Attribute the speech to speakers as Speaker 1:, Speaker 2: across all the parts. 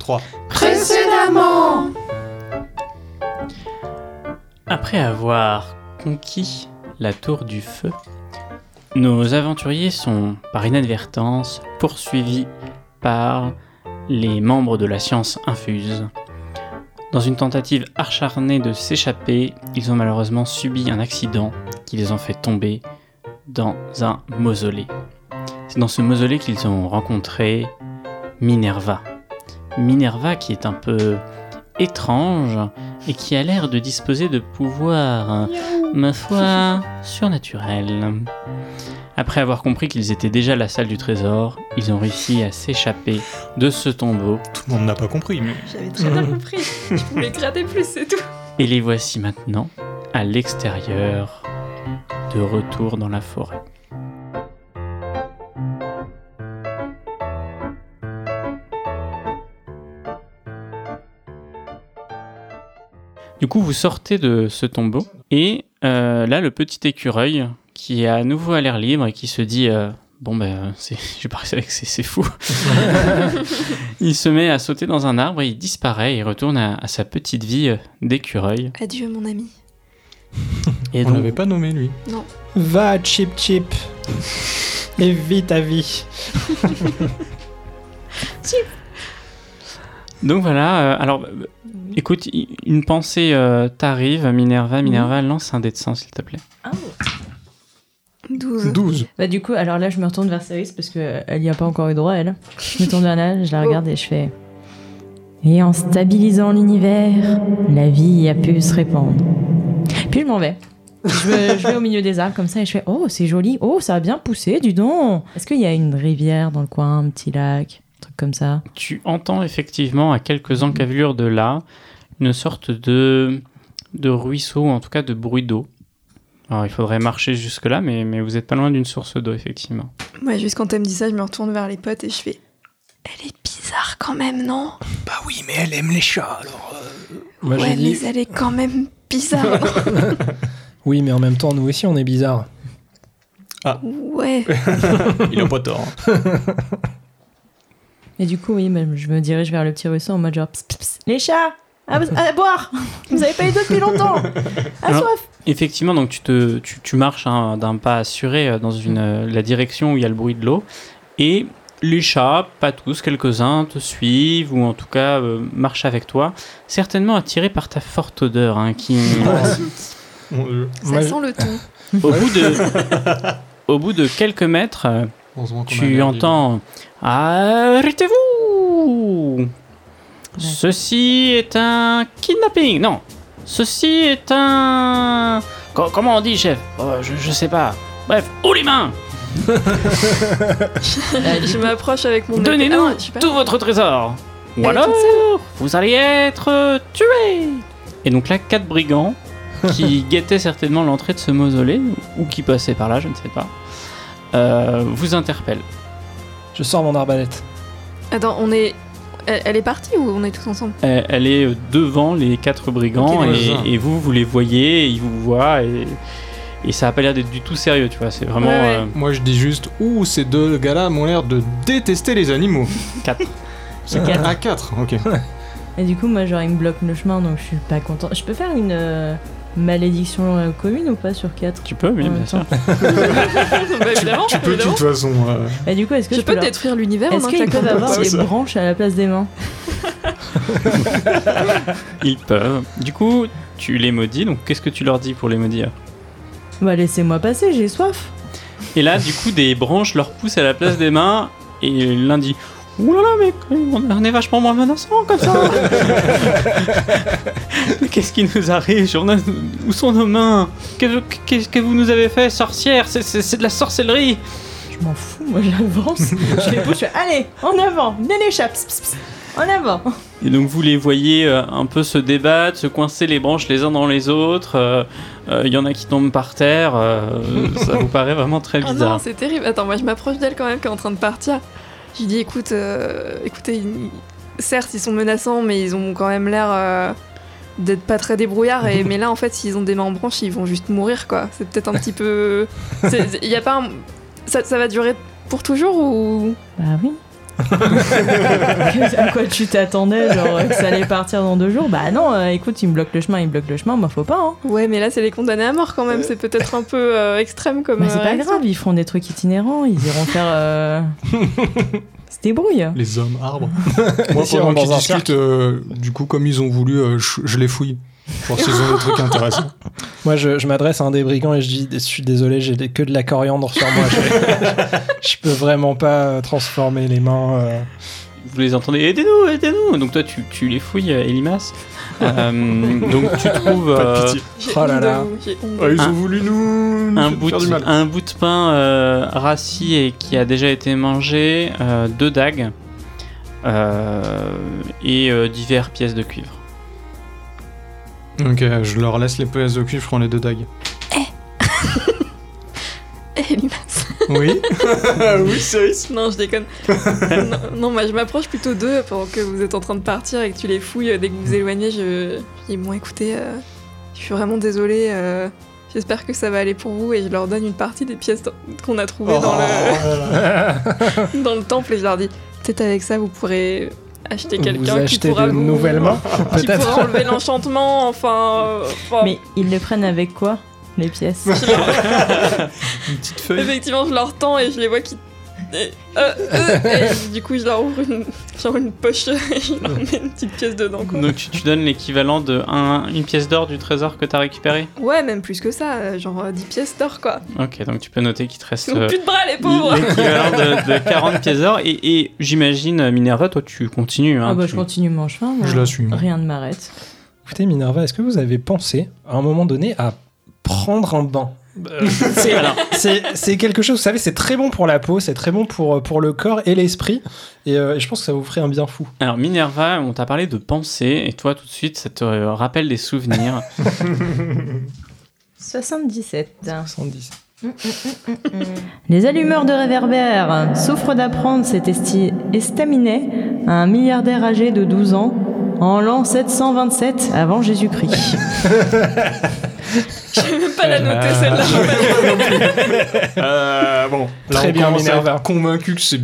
Speaker 1: 3.
Speaker 2: Précédemment
Speaker 3: Après avoir conquis la tour du feu, nos aventuriers sont, par inadvertance, poursuivis par les membres de la science infuse. Dans une tentative acharnée de s'échapper, ils ont malheureusement subi un accident qui les ont fait tomber dans un mausolée. C'est dans ce mausolée qu'ils ont rencontré Minerva. Minerva qui est un peu étrange et qui a l'air de disposer de pouvoirs, ma foi, surnaturels. Après avoir compris qu'ils étaient déjà à la salle du trésor, ils ont réussi à s'échapper de ce tombeau
Speaker 1: Tout le monde n'a pas compris, mais
Speaker 2: J'avais très bien compris. Je voulais gratter plus, c'est tout.
Speaker 3: Et les voici maintenant à l'extérieur, de retour dans la forêt. Du coup, vous sortez de ce tombeau et euh, là, le petit écureuil qui est à nouveau à l'air libre et qui se dit euh, bon ben, c'est- j'ai pas réussi avec c'est c'est fou. il se met à sauter dans un arbre et il disparaît et retourne à- à sa petite vie euh, d'écureuil.
Speaker 2: Adieu, mon ami.
Speaker 3: Et
Speaker 1: on
Speaker 3: donc,
Speaker 1: l'avait pas nommé lui.
Speaker 4: Va, Chip Chip. Et vite ta vie.
Speaker 3: donc voilà, euh, alors euh, écoute, i- une pensée euh, t'arrive, Minerva, Minerva, lance un dé de sang s'il te plaît.
Speaker 2: 12.
Speaker 1: 12.
Speaker 5: Ah Bah du coup, alors là, je me retourne vers Céris parce que euh, elle y a pas encore eu droit elle. Je me tourne vers là,
Speaker 2: Oh.
Speaker 5: je la regarde et je fais. Et en stabilisant l'univers, la vie a pu se répandre. Puis je m'en vais. Je, me- je vais au milieu des arbres comme ça et je fais oh c'est joli, oh ça a bien poussé, dis donc. Est-ce qu'il y a une rivière dans le coin, un petit lac, un truc comme ça
Speaker 3: Tu entends effectivement à quelques encablures de là une sorte de, de ruisseau, ou en tout cas de bruit d'eau. Alors il faudrait marcher jusque-là, mais, mais vous êtes pas loin d'une source d'eau effectivement.
Speaker 2: Ouais, juste quand elle me dit ça, je me retourne vers les potes et je fais. Elle est bizarre quand même, non
Speaker 1: Bah
Speaker 3: Ah
Speaker 1: oui, mais elle aime les chats alors.
Speaker 4: Moi, j'ai
Speaker 2: Ouais, mais
Speaker 4: dit,
Speaker 2: elle est quand même bizarre.
Speaker 4: Oui, mais en même temps, nous aussi, on est bizarre.
Speaker 2: ouais.
Speaker 1: Il a pas tort.
Speaker 5: Et du coup, oui, mais je me dirige vers le petit ruisseau en mode genre Pss, pss, pss, les chats à, vous- à boire Vous avez pas eu d'eau depuis longtemps À
Speaker 3: Alors-
Speaker 5: soif
Speaker 3: Effectivement, donc tu, te, tu, tu marches hein, d'un pas assuré euh, dans une, euh, la direction où il y a le bruit de l'eau. Et les chats, pas tous, quelques-uns, te suivent ou en tout cas euh, marchent avec toi, certainement attirés par ta forte odeur hein, qui,
Speaker 1: Mon Dieu.
Speaker 2: Ça
Speaker 4: Moi, je-
Speaker 2: sent le ton.
Speaker 3: au, bout de, au bout de quelques mètres, euh,
Speaker 1: Heureusement qu'on a
Speaker 3: tu
Speaker 1: l'air
Speaker 3: entends Arrêtez-vous Ceci est un kidnapping Non Ceci est un. Co- comment on dit, chef Euh, je, je sais pas. Bref, où les mains
Speaker 2: je m'approche avec mon.
Speaker 3: Donnez-nous
Speaker 2: Ah, je suis pas-
Speaker 3: tout votre trésor Ou
Speaker 2: Elle est
Speaker 3: alors,
Speaker 2: toute
Speaker 3: vous allez être euh, tués Et donc là, quatre brigands qui guettaient certainement l'entrée de ce mausolée, ou qui passaient par là, je ne sais pas, euh, vous interpellent.
Speaker 4: Je sors mon arbalète.
Speaker 2: Attends, on est. Elle, elle est partie ou on est tous ensemble
Speaker 3: Elle, Euh, elle est devant les quatre brigands
Speaker 1: Ok, les voisins.
Speaker 3: et, et vous, vous les voyez, et ils vous voient et, et ça a pas l'air d'être du tout sérieux, tu vois. C'est vraiment
Speaker 2: Ouais, ouais.
Speaker 3: euh,
Speaker 1: Moi je dis juste, ouh, ces deux gars-là m'ont l'air de détester les animaux.
Speaker 3: Quatre.
Speaker 1: C'est 4. Ah, 4, ok.
Speaker 5: Et du coup, moi, genre, il me bloque le chemin, donc je suis pas content. Je peux faire une euh, malédiction euh, commune ou pas sur 4
Speaker 3: tu peux, oui,
Speaker 5: En
Speaker 3: bien
Speaker 5: même
Speaker 3: sûr.
Speaker 2: Bah, évidemment,
Speaker 1: Tu peux de toute façon. euh,
Speaker 5: Et du coup, est-ce que
Speaker 2: Je
Speaker 5: je,
Speaker 2: peux
Speaker 5: leur-
Speaker 2: détruire l'univers en
Speaker 5: Est-ce
Speaker 2: un
Speaker 5: qu'ils peuvent
Speaker 2: claquement de
Speaker 5: avoir
Speaker 2: doigts.
Speaker 1: C'est
Speaker 5: des
Speaker 1: ça.
Speaker 5: branches à la place des mains
Speaker 3: Ils peuvent. Du coup, tu les maudis, donc qu'est-ce que tu leur dis pour les maudire
Speaker 5: Bah, laissez-moi passer, j'ai soif
Speaker 3: Et là, du coup, des branches leur poussent à la place des mains et l'un dit Ouh là là, mais on est vachement moins menaçant comme ça Mais Qu'est-ce qui nous arrive sur nos- Où sont nos mains Qu'est-ce qu'est-ce que vous nous avez fait, sorcière C'est- C'est c'est de la sorcellerie
Speaker 5: Je m'en fous, moi, j'avance. je les pousse, je fais Allez, en avant Ne les chats pss, pss, pss, En avant
Speaker 3: Et donc vous les voyez euh, un peu se débattre, se coincer les branches les uns dans les autres. euh, euh, Il y en a qui tombent par terre. euh, ça vous paraît vraiment très
Speaker 2: Ah non,
Speaker 3: bizarre.
Speaker 2: c'est terrible. Attends, moi je m'approche d'elle quand même qui est en train de partir. Je lui dis écoute, euh, écoutez, ils- certes ils sont menaçants, mais ils ont quand même l'air euh, d'être pas très débrouillards. Et, mais là en fait, s'ils ont des mains en branche, ils vont juste mourir quoi. C'est peut-être un petit peu. c'est- c'est- Il y a pas un- ça, ça va durer pour toujours ou.
Speaker 5: Bah oui. à quoi tu t'attendais, genre euh, que ça allait partir dans deux jours Bah non, euh, écoute, il me bloque le chemin, il me bloque le chemin, bah faut pas, hein.
Speaker 2: Ouais, mais là, c'est les condamnés à mort quand même. C'est peut-être un peu euh, extrême comme.
Speaker 5: Mais c'est
Speaker 2: euh,
Speaker 5: pas
Speaker 2: action.
Speaker 5: grave, ils feront des trucs itinérants, ils iront faire. Euh... ils se débrouillent.
Speaker 1: Les hommes arbres. Moi,
Speaker 4: Si,
Speaker 1: pendant
Speaker 4: on est dans
Speaker 1: qu'ils
Speaker 4: un
Speaker 1: discutent,
Speaker 4: cercle.
Speaker 1: euh, du coup, comme ils ont voulu, euh, je, je les fouille. Pour voir s'ils ont des trucs intéressants.
Speaker 4: Moi, je, je m'adresse à un des brigands et je dis Je suis désolé, j'ai des- que de la coriandre sur moi. Je, je peux vraiment pas euh, transformer les mains. euh.
Speaker 3: Vous les entendez Aidez-nous, aidez-nous Donc toi, tu, tu les fouilles, euh, Elimas. Euh, donc tu trouves
Speaker 1: Pas de
Speaker 3: euh,
Speaker 1: pitié.
Speaker 2: J'ai
Speaker 4: Oh là
Speaker 2: honte de
Speaker 4: là. Oh
Speaker 2: vous, j'ai honte de
Speaker 1: Ah, ils
Speaker 3: un-
Speaker 1: ont voulu nous, nous
Speaker 3: un,
Speaker 1: faire
Speaker 3: bout
Speaker 1: du
Speaker 3: de,
Speaker 1: mal.
Speaker 3: un bout de pain euh, rassis et qui a déjà été mangé, euh, deux dagues euh, et euh, diverses pièces de cuivre.
Speaker 1: Ok, je leur laisse les PS de cuivre, je prends les deux dagues.
Speaker 2: Eh, Limace.
Speaker 1: Oui Oui, sérieux
Speaker 2: Non, je déconne. non, non, moi, je m'approche plutôt d'eux pendant que vous êtes en train de partir et que tu les fouilles. Dès que vous vous éloignez, je. je dis, bon, écoutez, euh, je suis vraiment désolée. euh, J'espère que ça va aller pour vous et je leur donne une partie des pièces dans- qu'on a trouvées
Speaker 1: Oh,
Speaker 2: dans, le,
Speaker 4: Oh.
Speaker 2: dans le temple et je leur dis peut-être avec ça vous pourrez acheter
Speaker 4: Vous
Speaker 2: quelqu'un qui
Speaker 4: achetez
Speaker 2: pourra
Speaker 4: de
Speaker 2: vous-
Speaker 4: nouvelles mains,
Speaker 2: qui pourra
Speaker 4: peut-être
Speaker 2: enlever l'enchantement enfin, euh, enfin,
Speaker 5: Mais ils le prennent avec quoi Les pièces
Speaker 3: Une petite feuille
Speaker 2: Effectivement, je leur tends et je les vois qui. et- euh, euh, et du coup, je leur ouvre une, genre une poche et je leur mets une petite pièce dedans. Quoi.
Speaker 3: Donc tu, tu donnes l'équivalent de un- une pièce d'or du trésor que t'as récupéré
Speaker 2: Ouais, même plus que ça, euh, genre euh, 10 pièces d'or quoi.
Speaker 3: Ok, donc tu peux noter qu'il te reste
Speaker 5: Oh,
Speaker 2: Ils ont
Speaker 3: euh,
Speaker 2: plus de bras, les pauvres!
Speaker 3: l'équivalent de, de 40 pièces d'or. Et, et j'imagine, euh, Minerva, toi tu continues. hein,
Speaker 5: Ah bah
Speaker 3: tu-
Speaker 5: je continue mon chemin, moi.
Speaker 1: Je l'assume.
Speaker 5: Rien ne m'arrête.
Speaker 4: Écoutez, Minerva, est-ce que vous avez pensé, à un moment donné, à prendre un bain C'est-
Speaker 3: Alors.
Speaker 4: c'est c'est quelque chose, vous savez, c'est très bon pour la peau, c'est très bon pour, euh, pour le corps et l'esprit, et, euh, et je pense que ça vous ferait un bien fou.
Speaker 3: Alors Minerva, on t'a parlé de pensée et toi tout de suite ça te euh, rappelle des souvenirs.
Speaker 5: 77.
Speaker 4: 70.
Speaker 5: Les allumeurs de réverbères souffrent d'apprendre cet esti- estaminet à un milliardaire âgé de 12 ans en l'an 727 avant Jésus-Christ.
Speaker 2: Je vais même pas la noter celle-là. je vais pas la noter.
Speaker 1: Euh, bon, là,
Speaker 4: Très
Speaker 1: on
Speaker 4: bien,
Speaker 1: commence à
Speaker 4: Minerva.
Speaker 1: être convaincu que c'est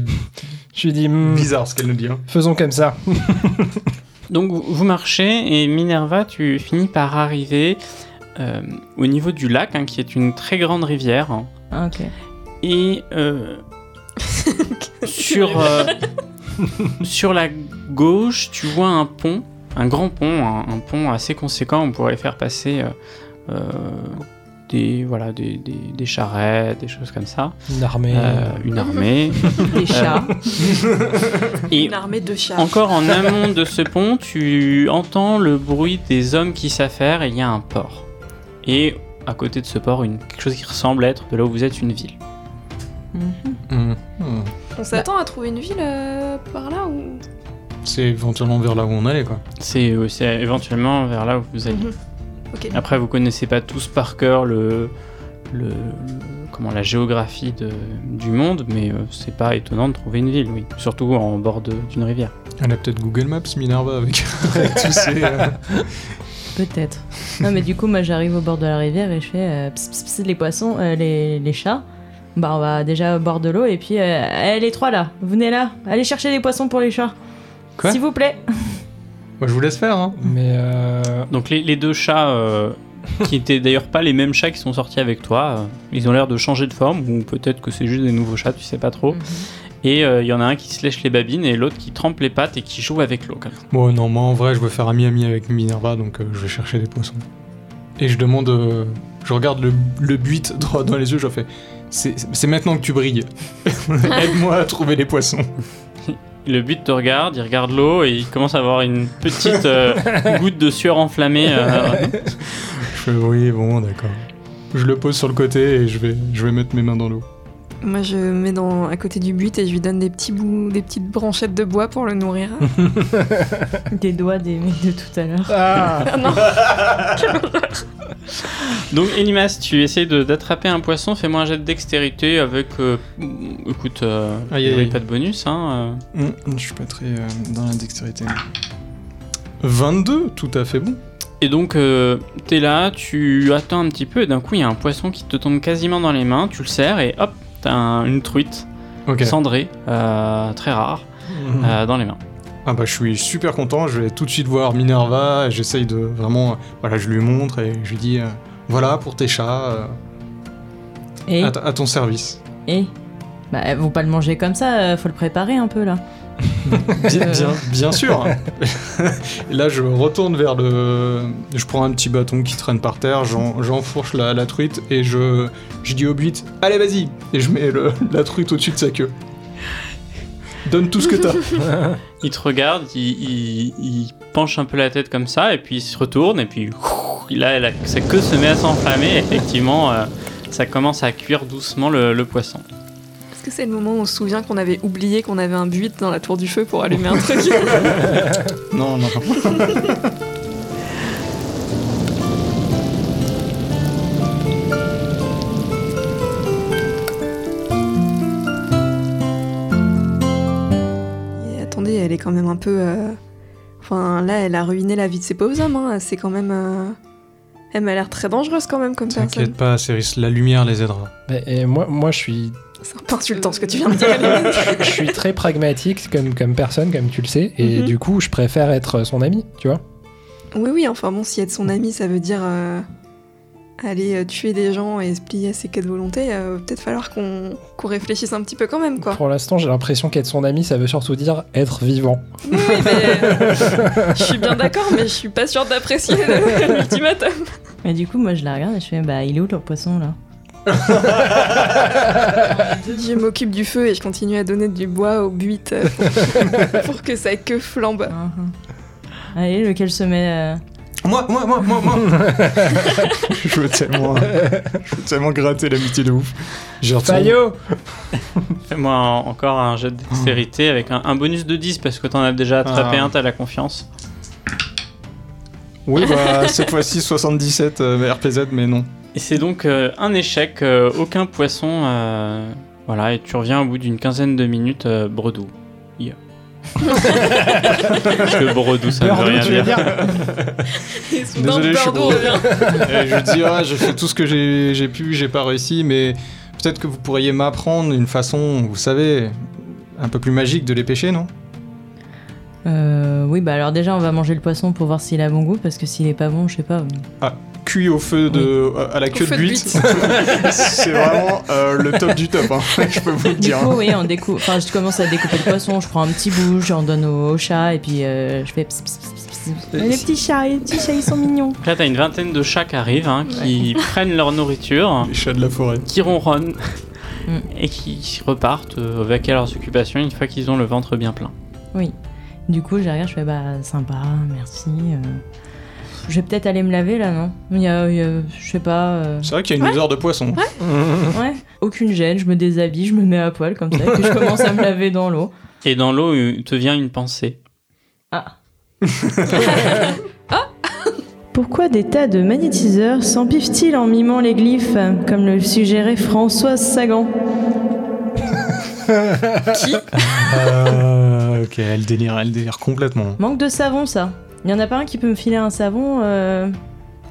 Speaker 4: Je lui dis, Hmm,
Speaker 1: bizarre ce qu'elle nous dit. hein.
Speaker 4: faisons comme ça.
Speaker 3: Donc vous vous marchez et Minerva, tu finis par arriver euh, au niveau du lac hein, qui est une très grande rivière hein,
Speaker 5: Ah, Ok.
Speaker 3: et euh, sur euh, sur la gauche tu vois un pont, un grand pont, un, un pont assez conséquent. On pourrait faire passer euh, euh, des voilà des, des- des charrettes, des choses comme ça,
Speaker 4: Une armée.
Speaker 3: Euh, une armée
Speaker 5: Des chats.
Speaker 3: et
Speaker 2: Une armée de chats.
Speaker 3: Encore en amont de ce pont, tu entends le bruit des hommes qui s'affairent et il y a un port. Et à côté de ce port, une, quelque chose qui ressemble être, de là où vous êtes, une ville.
Speaker 5: Mhm.
Speaker 1: Hmm.
Speaker 2: On s'attend à trouver une ville euh, par là ou.
Speaker 1: C'est éventuellement vers là où on allait, quoi.
Speaker 3: C'est euh, c'est éventuellement vers là où vous allez.
Speaker 2: Mhm. Ok.
Speaker 3: Après, vous connaissez pas tous par cœur le, le- comment la géographie de- du monde, mais euh, c'est pas étonnant de trouver une ville, oui. Surtout en bord de- d'une rivière.
Speaker 1: Elle a peut-être Google Maps, Minerva, avec, avec tous ces... euh,
Speaker 5: Peut-être. Non mais du coup, moi j'arrive au bord de la rivière et je fais euh, pss, pss, pss, les poissons, euh, les, les chats. Bah on va déjà au bord de l'eau et puis euh, Eh, les trois là, venez là, allez chercher les poissons pour les chats.
Speaker 1: Quoi
Speaker 5: S'il vous plaît.
Speaker 1: Moi, je vous laisse faire, hein.
Speaker 4: Mais euh,
Speaker 3: Donc les, les deux chats, euh, qui étaient d'ailleurs pas les mêmes chats qui sont sortis avec toi, euh, ils ont l'air de changer de forme, ou peut-être que c'est juste des nouveaux chats, tu sais pas
Speaker 2: Mhm.
Speaker 3: trop. Et euh, il y en a un qui se lèche les babines et l'autre qui trempe les pattes et qui joue avec l'eau. comme ça.
Speaker 1: Bon, non, moi, en vrai, je veux faire ami-ami avec Minerva, donc euh, je vais chercher des poissons. Et je demande... euh, je regarde le, le buit droit dans les yeux, je fais... C'est c'est maintenant que tu brilles. Aide-moi à trouver les poissons.
Speaker 3: Le but te regarde, il regarde l'eau et il commence à avoir une petite euh, goutte de sueur enflammée. euh,
Speaker 1: Je fais, oui, bon, d'accord. Je le pose sur le côté et je vais, je vais mettre mes mains dans l'eau.
Speaker 2: Moi, je me mets dans, à côté du but et je lui donne des petits bouts, des petites branchettes de bois pour le nourrir.
Speaker 5: Des doigts des mecs de tout à l'heure.
Speaker 2: Ah non,
Speaker 3: Donc Elimas, tu essayes de- d'attraper un poisson, fais-moi un jet de dextérité avec... euh, écoute, euh,
Speaker 1: Aïe,
Speaker 3: il y
Speaker 1: aïe,
Speaker 3: avait
Speaker 1: aïe.
Speaker 3: pas de bonus. Hein, euh.
Speaker 1: Hum, je suis pas très euh, dans la dextérité. 22, tout à fait bon.
Speaker 3: Et donc, euh, t'es là, tu attends un petit peu, et d'un coup, il y a un poisson qui te tombe quasiment dans les mains, tu le serres, et hop, t'as un- une truite
Speaker 1: Ok. Mhm.
Speaker 3: cendré, euh, très rare, euh, dans les mains.
Speaker 1: Hum. Ah bah je suis super content, je vais tout de suite voir Minerva, et j'essaye de vraiment... euh, Voilà, je lui montre et je lui dis, euh, voilà pour tes chats, euh,
Speaker 5: Et,
Speaker 1: à, t- à ton service.
Speaker 5: et Bah, elles vont pas le manger comme ça, euh, faut le préparer un peu là.
Speaker 1: Bien, bien, bien sûr Et Euh. là je retourne vers le... Je prends un petit bâton qui traîne par terre, j'en- j'enfourche la, la truite et je, je dis au buit, allez vas-y Et je mets le- la truite au-dessus de sa queue. Donne tout ce que t'as.
Speaker 3: Il te regarde, il, il- il penche un peu la tête comme ça, et puis il se retourne, et puis ouf, là, elle a- sa queue se met à s'enflammer, et effectivement, euh, ça commence à cuire doucement le, le poisson.
Speaker 2: Est-ce que c'est le moment où on se souvient qu'on avait oublié qu'on avait un buit dans la tour du feu pour allumer un truc
Speaker 1: Non, non, non.
Speaker 2: Et attendez, elle est quand même un peu. euh, Enfin, là, elle a ruiné la vie de ses pauvres hommes. hein. C'est quand même. euh, Elle m'a l'air très dangereuse quand même comme personne.
Speaker 1: T'inquiète pas, Céris, la lumière les aidera.
Speaker 4: Mais- et moi, moi, je suis
Speaker 2: C'est un peu insultant ce que tu viens de dire.
Speaker 4: je suis très pragmatique comme, comme personne, comme tu le sais, et
Speaker 2: Mhm.
Speaker 4: du coup, je préfère être son ami, tu vois.
Speaker 2: oui, oui, enfin bon, si être son ami, ça veut dire euh, aller euh, tuer des gens et se plier à ses cas de volonté, euh, peut-être falloir qu'on qu'on réfléchisse un petit peu quand même, quoi.
Speaker 4: Pour l'instant, j'ai l'impression qu'être son ami, ça veut surtout dire être vivant.
Speaker 2: Oui, oui, mais. euh, Je suis bien d'accord, mais je suis pas sûre d'apprécier l'ultimatum.
Speaker 5: Mais du coup, moi je la regarde et je fais bah, il est où le poisson là
Speaker 2: Je m'occupe du feu et je continue à donner du bois au buit euh, pour, pour que sa queue flambe.
Speaker 5: Hein, hein. Allez, lequel se met euh,
Speaker 1: Moi, moi, moi, moi, moi Je veux tellement, je veux tellement gratter l'amitié de ouf. J'ai retourné-
Speaker 4: Taillot
Speaker 3: Fais-moi en- encore un jet de dextérité avec un, un bonus de 10 parce que t'en as déjà attrapé
Speaker 1: Ah.
Speaker 3: un, t'as la confiance.
Speaker 1: Oui, bah cette fois-ci 77 euh, RPZ, mais non.
Speaker 3: Et c'est donc euh, un échec, euh, aucun poisson, euh, voilà, et tu reviens au bout d'une quinzaine de minutes euh, bredou. Yeah. Parce que bredou, ça ne veut
Speaker 4: Bordeaux,
Speaker 3: rien
Speaker 4: tu veux
Speaker 3: dire.
Speaker 4: dire
Speaker 2: Et soudain,
Speaker 1: Désolé, je suis
Speaker 2: Bordeaux
Speaker 1: bourré.
Speaker 2: revient.
Speaker 1: Et je dis, ah, j'ai fait tout ce que j'ai j'ai pu, j'ai pas réussi, mais peut-être que vous pourriez m'apprendre une façon, vous savez, un peu plus magique de les pêcher, non
Speaker 5: Euh, oui, bah alors déjà, on va manger le poisson pour voir s'il a bon goût, parce que s'il est pas bon, je sais pas.
Speaker 1: Cuit au feu de, euh, à- à la queue
Speaker 2: feu
Speaker 1: de
Speaker 2: de
Speaker 1: buite. C'est vraiment euh, le top du top, hein, je peux vous le
Speaker 5: Du
Speaker 1: dire.
Speaker 5: coup, oui, on découpe. Enfin, je commence à découper le poisson, je prends un petit bout, j'en donne au, au chat, et puis euh, je fais. pss, pss, pss, pss, pss.
Speaker 4: Et
Speaker 5: les
Speaker 4: si-
Speaker 5: petits chats, les petits chats, ils sont mignons.
Speaker 3: Donc là, t'as une vingtaine de chats qui arrivent, hein, qui prennent leur nourriture.
Speaker 1: Les chats de la forêt.
Speaker 3: qui ronronnent
Speaker 5: Mm.
Speaker 3: et qui repartent euh, vaquer à leurs occupations une fois qu'ils ont le ventre bien plein.
Speaker 5: Du coup, je regarde, je fais bah sympa, merci. euh. Je vais peut-être aller me laver là, non Il y a, il y a- je sais pas. euh,
Speaker 1: C'est vrai qu'il y a une odeur de poisson.
Speaker 5: Ouais. Aucune gêne, je me déshabille, je me mets à poil comme ça, et puis je commence à me laver dans l'eau.
Speaker 3: Et dans l'eau euh, te vient une pensée.
Speaker 5: Ah. Pourquoi des tas de magnétiseurs s'empivent-ils en mimant les glyphes, comme le suggérait Françoise Sagan
Speaker 1: Ah, ok, elle délire, elle délire complètement.
Speaker 5: Manque de savon, ça. Il y en a pas un qui peut me filer un savon euh,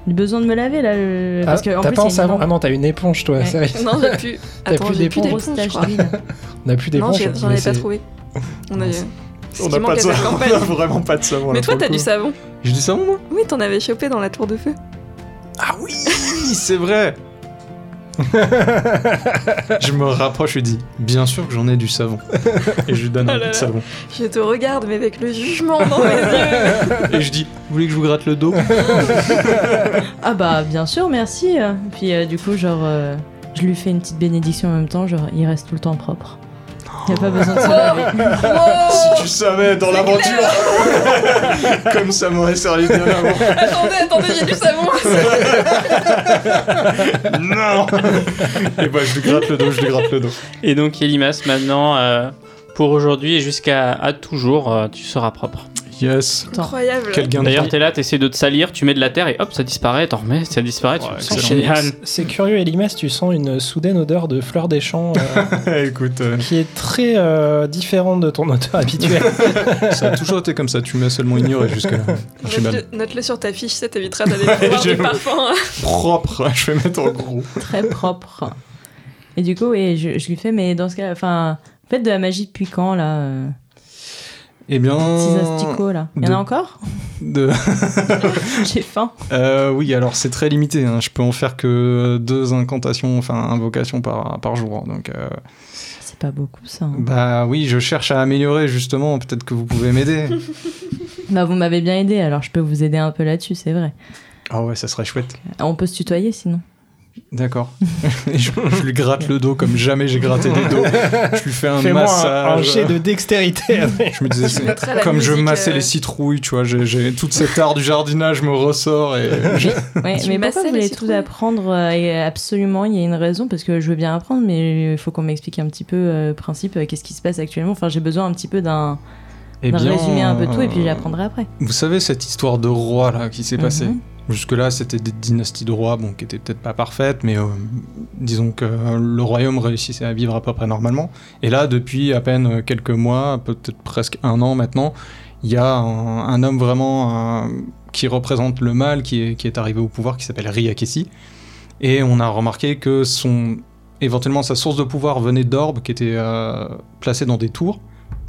Speaker 5: J'ai besoin de me laver là. le-
Speaker 4: Ah,
Speaker 5: Parce que en
Speaker 4: T'as
Speaker 5: plus,
Speaker 4: pas
Speaker 5: il y a
Speaker 4: un
Speaker 5: une
Speaker 4: savon
Speaker 5: énorme
Speaker 4: Ah non, t'as une éponge, toi,
Speaker 5: Ouais.
Speaker 4: sérieux.
Speaker 2: Non, j'ai plus.
Speaker 4: T'as
Speaker 2: Attends,
Speaker 4: plus
Speaker 2: j'ai plus
Speaker 5: grosse
Speaker 2: d'éponge, je
Speaker 5: tache
Speaker 2: crois.
Speaker 5: d'huile.
Speaker 4: On n'a plus
Speaker 2: Non,
Speaker 4: d'éponge.
Speaker 2: j'ai- j'en
Speaker 4: mais
Speaker 2: avais pas
Speaker 4: c'est-
Speaker 2: trouvé. On a
Speaker 4: Non,
Speaker 2: eu.
Speaker 4: c'est-
Speaker 2: ce qui manque à cette campagne.
Speaker 1: vraiment pas de savon.
Speaker 2: Mais toi, t'as du savon.
Speaker 1: J'ai du savon, moi
Speaker 2: Oui, t'en avais chopé dans la tour de feu.
Speaker 1: Ah oui, c'est vrai Je me rapproche et dis Bien sûr que j'en ai du savon. Et je lui donne un
Speaker 2: Oh
Speaker 1: peu
Speaker 2: là
Speaker 1: de
Speaker 2: là.
Speaker 1: savon.
Speaker 2: Je te regarde, mais avec le jugement dans les yeux.
Speaker 1: Et je dis Vous voulez que je vous gratte le dos
Speaker 5: Ah bah bien sûr, merci. Puis euh, du coup, genre, euh, je lui fais une petite bénédiction en même temps, genre, il reste tout le temps propre. Il
Speaker 4: Oh.
Speaker 5: n'y a pas besoin de se laver.
Speaker 2: Oh,
Speaker 1: Si tu savais dans l'aventure Comme ça m'aurait servi bien avant.
Speaker 2: attendez, attendez, j'ai du savon.
Speaker 1: Non Et bah, je lui gratte le dos, je lui gratte le dos.
Speaker 3: Et donc Elimas, maintenant, euh, pour aujourd'hui et jusqu'à à toujours, euh, tu seras propre.
Speaker 1: Yes
Speaker 2: Incroyable.
Speaker 1: Quel gain de
Speaker 3: D'ailleurs,
Speaker 1: temps
Speaker 3: t'es là, t'essaies de te salir, tu mets de la terre et hop, ça disparaît, t'en remets, ça disparaît, tu
Speaker 1: Ouais,
Speaker 3: te
Speaker 4: C'est-
Speaker 3: sens
Speaker 1: excellent.
Speaker 3: génial.
Speaker 4: c'est- C'est curieux, Elimas, tu sens une soudaine odeur de fleurs des champs euh,
Speaker 1: Écoute, euh,
Speaker 4: qui est très euh, différente de ton odeur habituelle.
Speaker 1: ça a toujours été comme ça, tu m'as seulement ignoré jusque-là. Archibald.
Speaker 2: Note-le note-le sur ta fiche, ça t'évitera d'aller voir du
Speaker 1: J'avoue.
Speaker 2: parfum.
Speaker 1: Propre, je vais mettre en gros.
Speaker 5: Très propre. Et du coup, et je, je lui fais, mais dans ce cas, enfin, Faites de la magie depuis quand, là euh,
Speaker 1: Eh bien.
Speaker 5: Petits asticots, là. Il y en
Speaker 1: de-
Speaker 5: a encore
Speaker 1: de-
Speaker 5: J'ai faim.
Speaker 1: Euh, oui, alors c'est très limité. hein. Je peux en faire que deux incantations, enfin invocations par, par jour. Donc, euh,
Speaker 5: C'est pas beaucoup, ça. hein.
Speaker 4: Mm.
Speaker 1: bah oui, je cherche à améliorer justement. Peut-être que vous pouvez m'aider.
Speaker 5: Bah, vous m'avez bien aidé, alors je peux vous aider un peu là-dessus, c'est vrai.
Speaker 1: Ah ouais, ça serait chouette.
Speaker 5: On peut se tutoyer, sinon.
Speaker 1: D'accord. Et je, je lui gratte le dos comme jamais j'ai gratté des dos. Je lui fais un
Speaker 4: Fais-moi un, un
Speaker 1: massage.
Speaker 4: jet de dextérité.
Speaker 1: Je me disais, c'est-
Speaker 2: mettrais la
Speaker 1: comme je
Speaker 2: musique,
Speaker 1: massais
Speaker 2: euh,
Speaker 1: les citrouilles, tu vois, j'ai- j'ai toute cette art du jardinage me ressort et
Speaker 5: Ouais,
Speaker 2: Tu
Speaker 5: mais
Speaker 2: massais
Speaker 5: pourquoi vous
Speaker 2: les
Speaker 5: voulez tout
Speaker 2: citrouilles
Speaker 5: apprendre euh, et Absolument, il y a une raison, parce que je veux bien apprendre, mais il faut qu'on m'explique un petit peu euh, le principe, euh, qu'est-ce qui se passe actuellement. Enfin, j'ai besoin un petit peu d'un
Speaker 1: Eh
Speaker 5: d'un
Speaker 1: bien,
Speaker 5: résumé un peu tout, et puis
Speaker 1: euh,
Speaker 5: j'apprendrai après.
Speaker 1: Vous savez cette histoire de roi là qui s'est passée
Speaker 5: Mhm.
Speaker 1: Jusque-là, c'était des dynasties de rois, bon, qui étaient peut-être pas parfaites, mais euh, disons que euh, le royaume réussissait à vivre à peu près normalement. Et là, depuis à peine euh, quelques mois, peut-être presque un an maintenant, il y a un, un homme vraiment euh, qui représente le mal, qui est, qui est arrivé au pouvoir, qui s'appelle Riakessi. Et on a remarqué que son, éventuellement sa source de pouvoir venait d'orbes qui étaient euh, placés dans des tours.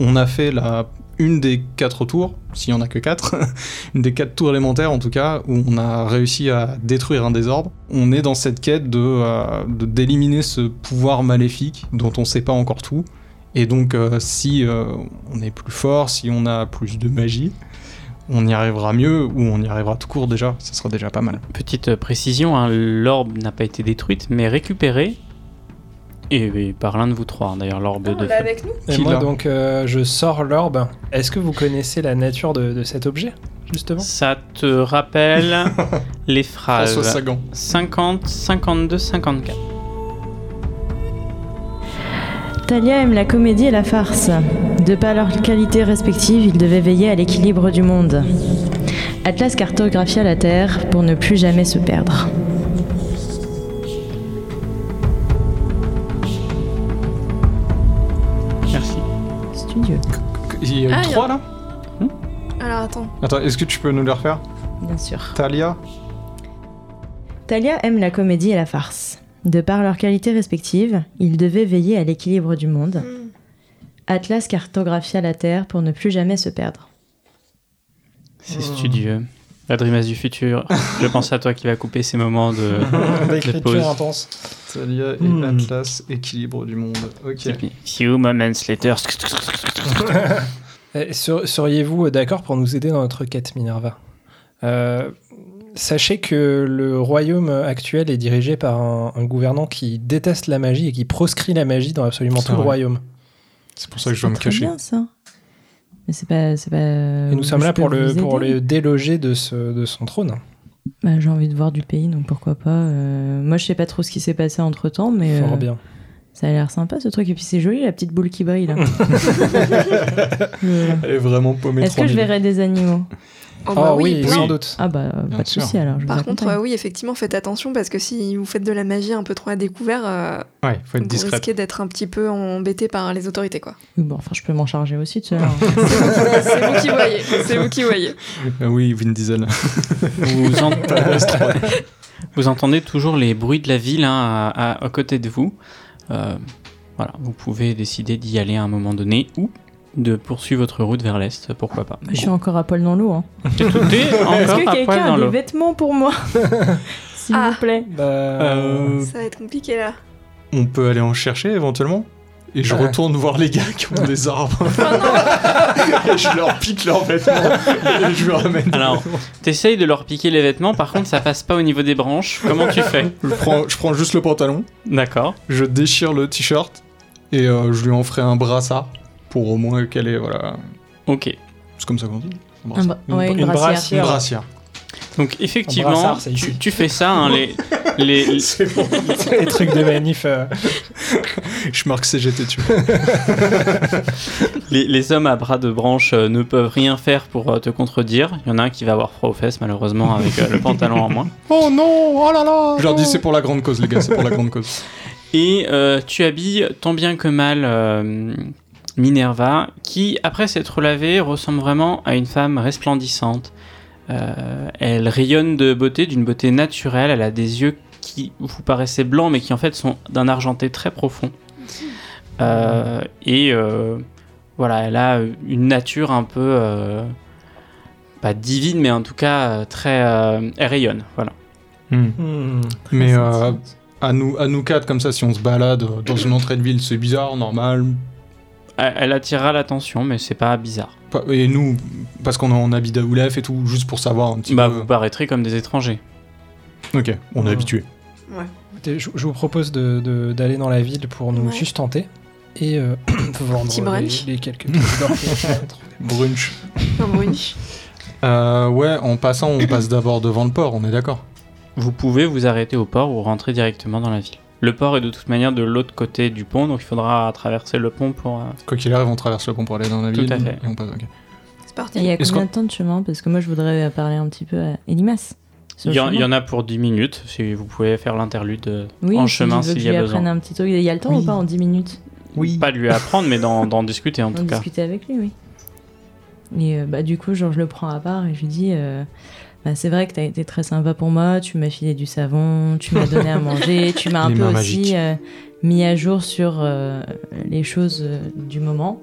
Speaker 1: On a fait la, une des quatre tours, s'il y en a que quatre, une des quatre tours élémentaires en tout cas, où on a réussi à détruire un désordre. On est dans cette quête de euh, de- d'éliminer ce pouvoir maléfique dont on sait pas encore tout. Et donc euh, si euh, on est plus fort, si on a plus de magie, on y arrivera mieux ou on y arrivera tout court déjà, ça sera déjà pas mal.
Speaker 3: Petite euh, précision, hein, l'orbe n'a pas été détruite, mais récupérée. Et, et par l'un de vous trois, hein, d'ailleurs, l'orbe
Speaker 2: on
Speaker 3: de
Speaker 2: l'a
Speaker 3: feu.
Speaker 2: avec nous.
Speaker 4: Et
Speaker 1: Qui
Speaker 4: moi,
Speaker 1: l'a
Speaker 4: donc, euh, je sors l'orbe. Est-ce que vous connaissez la nature de, de cet objet, justement
Speaker 3: Ça te rappelle les
Speaker 1: François
Speaker 3: phrases
Speaker 1: Sagan.
Speaker 3: 50, 52, 54.
Speaker 5: Talia aime la comédie et la farce. De par leurs qualités respectives, ils devaient veiller à l'équilibre du monde. Atlas cartographia la Terre pour ne plus jamais se perdre.
Speaker 3: Merci.
Speaker 5: Studieux,
Speaker 1: Il y a eu
Speaker 2: Ah, il y a-
Speaker 1: trois là
Speaker 2: Alors attends.
Speaker 1: Attends, est-ce que tu peux nous le refaire
Speaker 5: bien sûr.
Speaker 1: Talia
Speaker 5: Talia aime la comédie et la farce. De par leurs qualités respectives, ils devaient veiller à l'équilibre du monde.
Speaker 2: Hmm.
Speaker 5: Atlas cartographia la Terre pour ne plus jamais se perdre.
Speaker 3: C'est
Speaker 1: Oh.
Speaker 3: studieux. La Dreamasse du futur. Je pense à toi qui va couper ces moments de pause.
Speaker 4: L'écriture intense.
Speaker 1: Talia et
Speaker 4: Hmm.
Speaker 1: Atlas, équilibre du monde. Ok.
Speaker 3: Few moments later.
Speaker 4: Eh, ser- Seriez-vous d'accord pour nous aider dans notre quête, Minerva Euh, Sachez que le royaume actuel est dirigé par un, un gouvernant qui déteste la magie et qui proscrit la magie dans absolument
Speaker 1: C'est
Speaker 4: tout le
Speaker 1: vrai.
Speaker 4: royaume.
Speaker 1: C'est pour ça que je dois me
Speaker 5: Très
Speaker 1: cacher.
Speaker 5: bien ça. Mais c'est pas, c'est pas.
Speaker 4: Et nous
Speaker 5: Euh,
Speaker 4: sommes
Speaker 5: je
Speaker 4: là
Speaker 5: peux
Speaker 4: pour le,
Speaker 5: vous
Speaker 4: pour
Speaker 5: aider.
Speaker 4: le déloger de, ce- de son trône.
Speaker 5: Bah, j'ai envie de voir du pays, donc pourquoi pas. euh, Moi, je sais pas trop ce qui s'est passé entre temps, mais
Speaker 4: Fort
Speaker 5: euh,
Speaker 4: bien.
Speaker 5: ça a l'air sympa ce truc. Et puis c'est joli, la petite boule qui brille là. Euh,
Speaker 1: Elle est vraiment paumée
Speaker 5: Est-ce que je verrai des animaux
Speaker 2: Oh,
Speaker 4: Ah
Speaker 2: bah oui,
Speaker 4: oui,
Speaker 2: plein.
Speaker 4: sans doute.
Speaker 5: Ah bah, euh,
Speaker 1: Bien
Speaker 5: pas de
Speaker 1: sûr.
Speaker 5: souci alors. Je vous
Speaker 2: Par contre,
Speaker 5: accompagne.
Speaker 2: euh, oui, effectivement, faites attention parce que si vous faites de la magie un peu trop à découvert, euh,
Speaker 1: Ouais, faut
Speaker 2: vous
Speaker 1: être discret.
Speaker 2: risquez d'être un petit peu embêté par les autorités, quoi.
Speaker 5: Oui, bon, enfin, je peux m'en charger aussi, tu vois.
Speaker 2: C'est vous qui voyez. C'est vous qui voyez.
Speaker 1: Ah oui, Vin Diesel.
Speaker 3: Vous, ent- vous entendez toujours les bruits de la ville hein, à, à- à côté de vous. Euh, voilà, vous pouvez décider d'y aller à un moment donné ou de poursuivre votre route vers l'est, pourquoi pas.
Speaker 5: je suis encore à poil dans l'eau. Hein.
Speaker 3: T'es- t'es
Speaker 5: Est-ce
Speaker 3: encore
Speaker 5: que
Speaker 3: Ah, hein, à poil
Speaker 5: quelqu'un
Speaker 3: dans
Speaker 5: a des
Speaker 3: l'eau.
Speaker 5: vêtements pour moi S'il
Speaker 2: Ah.
Speaker 5: vous plaît.
Speaker 4: Bah,
Speaker 1: Euh,
Speaker 2: Ça va être compliqué là.
Speaker 1: on peut aller en chercher éventuellement. Et je
Speaker 4: Ouais.
Speaker 1: retourne voir les gars qui ont des arbres. et je leur pique leurs vêtements. Et je leur ramène.
Speaker 3: Alors, t'essayes de leur piquer les vêtements, par contre, ça passe pas au niveau des branches. Comment tu fais
Speaker 1: Je prends, je prends juste le pantalon,
Speaker 3: D'accord.
Speaker 1: je déchire le t-shirt et euh, je lui en ferai un brassard pour au moins qu'elle ait. Voilà.
Speaker 3: Ok.
Speaker 1: C'est comme ça qu'on dit. un
Speaker 5: Un
Speaker 1: brassard.
Speaker 5: bra- ouais, une, brassière.
Speaker 4: une
Speaker 1: Une
Speaker 4: brassière.
Speaker 1: brassière.
Speaker 3: Donc, effectivement,
Speaker 4: brassard, c'est
Speaker 3: tu,
Speaker 4: ici.
Speaker 3: tu fais ça, hein, les, les,
Speaker 1: C'est bon.
Speaker 4: les trucs de manif. euh,
Speaker 1: je marque CGT, tu vois.
Speaker 3: Les, les hommes à bras de branche euh, ne peuvent rien faire pour euh, te contredire. Il y en a un qui va avoir froid aux fesses, malheureusement, avec euh, le pantalon en moins.
Speaker 1: Oh non Oh là là Je leur dis c'est pour la grande cause, les gars, c'est pour la grande cause.
Speaker 3: Et euh, tu habilles tant bien que mal euh, Minerva, qui, après s'être lavée, ressemble vraiment à une femme resplendissante. Euh, elle rayonne de beauté, d'une beauté naturelle. Elle a des yeux qui vous paraissaient blancs, mais qui en fait sont d'un argenté très profond. Euh, et euh, voilà, elle a une nature un peu euh, pas divine, mais en tout cas euh, très euh, elle rayonne. Voilà.
Speaker 1: Hmm.
Speaker 4: Hmm.
Speaker 1: Mais euh, à, nous, à nous quatre, comme ça, si on se balade euh, dans une entrée de ville, c'est bizarre, normal.
Speaker 3: Elle, elle attirera l'attention, mais c'est pas bizarre.
Speaker 1: Pas- Et nous, parce qu'on est en habit d'Aoulef et tout, juste pour savoir un petit
Speaker 3: Bah, vous
Speaker 1: peu.
Speaker 3: paraîtrez comme des étrangers.
Speaker 1: Ok, on est
Speaker 4: Ouais.
Speaker 1: habitué.
Speaker 4: Écoutez, Je, je vous propose de- de- d'aller dans la ville pour nous
Speaker 2: Ouais.
Speaker 4: sustenter et euh, vendre
Speaker 2: Petit brunch.
Speaker 4: les, les quelques pièces d'or qu'on a trouvées.
Speaker 1: Brunch.
Speaker 2: Un brunch.
Speaker 1: Euh, ouais, en passant, on passe d'abord devant le port, on est d'accord.
Speaker 3: Vous pouvez vous arrêter au port ou rentrer directement dans la ville. Le port est de toute manière de l'autre côté du pont, donc il faudra traverser le pont pour. euh,
Speaker 1: Quoi qu'il arrive, on traverse le pont pour aller dans la
Speaker 3: Tout
Speaker 1: ville.
Speaker 3: à fait.
Speaker 1: et on passe, ok.
Speaker 5: Et
Speaker 2: C'est
Speaker 5: il
Speaker 2: parti.
Speaker 5: y a
Speaker 1: Est-ce
Speaker 5: combien de temps de chemin Parce que moi, je voudrais euh, parler un petit peu à Elimas. sur le
Speaker 3: Il y, en- il y
Speaker 5: chemin.
Speaker 3: en a pour 10 minutes, si vous pouvez faire l'interlude euh,
Speaker 5: Oui,
Speaker 3: en
Speaker 5: si tu veux
Speaker 3: chemin
Speaker 5: que
Speaker 3: s'il
Speaker 5: je
Speaker 3: y
Speaker 5: lui
Speaker 3: a
Speaker 5: apprenne
Speaker 3: besoin.
Speaker 5: un petit truc. Il y a le temps
Speaker 4: Oui.
Speaker 5: ou pas en 10 minutes
Speaker 4: Oui.
Speaker 3: Pas de lui apprendre, mais d'en d'en discuter en
Speaker 5: On
Speaker 3: tout cas.
Speaker 5: discuter avec lui, oui. Et euh, bah, du coup, genre, je le prends à part et je lui dis euh, bah, C'est vrai que t'as été très sympa pour moi, tu m'as filé du savon, tu m'as donné à manger, tu m'as un
Speaker 1: Les
Speaker 5: peu
Speaker 1: mains
Speaker 5: aussi
Speaker 1: magiques.
Speaker 5: euh, mis à jour sur euh, les choses euh, du moment.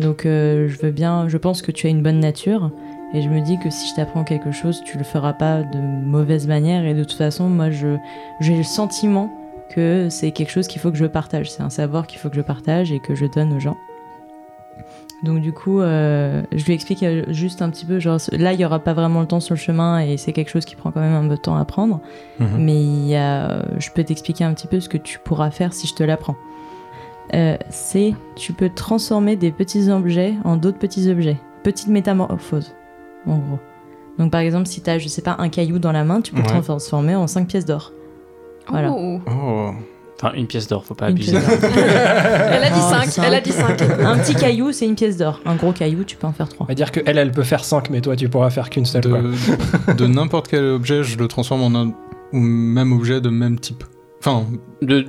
Speaker 5: Donc, euh, je veux bien, je pense que tu as une bonne nature. Et je me dis que si je t'apprends quelque chose, tu le feras pas de mauvaise manière. Et de toute façon, moi, je, j'ai le sentiment que c'est quelque chose qu'il faut que je partage. C'est un savoir qu'il faut que je partage et que je donne aux gens. Donc du coup, euh, je lui explique euh, juste un petit peu, genre ce- là, il n'y aura pas vraiment le temps sur le chemin et c'est quelque chose qui prend quand même un peu de temps à prendre.
Speaker 1: Mhm.
Speaker 5: Mais il y a, euh, je peux t'expliquer un petit peu ce que tu pourras faire si je te l'apprends. Euh, c'est, tu peux transformer des petits objets en d'autres petits objets. Petite métamorphose, en gros. Donc par exemple, si tu as, je sais pas, un caillou dans la main, tu peux le
Speaker 1: Ouais.
Speaker 5: transformer en 5 pièces d'or. Voilà.
Speaker 2: Oh.
Speaker 1: Oh.
Speaker 3: Enfin, une pièce d'or, faut pas
Speaker 5: Une
Speaker 3: abuser.
Speaker 5: pièce d'or.
Speaker 2: Elle a dit
Speaker 5: Oh,
Speaker 2: 5.
Speaker 5: cinq.
Speaker 2: Elle a dit 5.
Speaker 5: un petit caillou, c'est une pièce d'or. Un gros caillou, tu peux en faire 3.
Speaker 4: On va dire qu'elle, elle peut faire 5, mais toi, tu pourras faire qu'une seule. quoi.
Speaker 1: De, de n'importe quel objet, je le transforme en un ou même objet de même type. Enfin,
Speaker 3: De,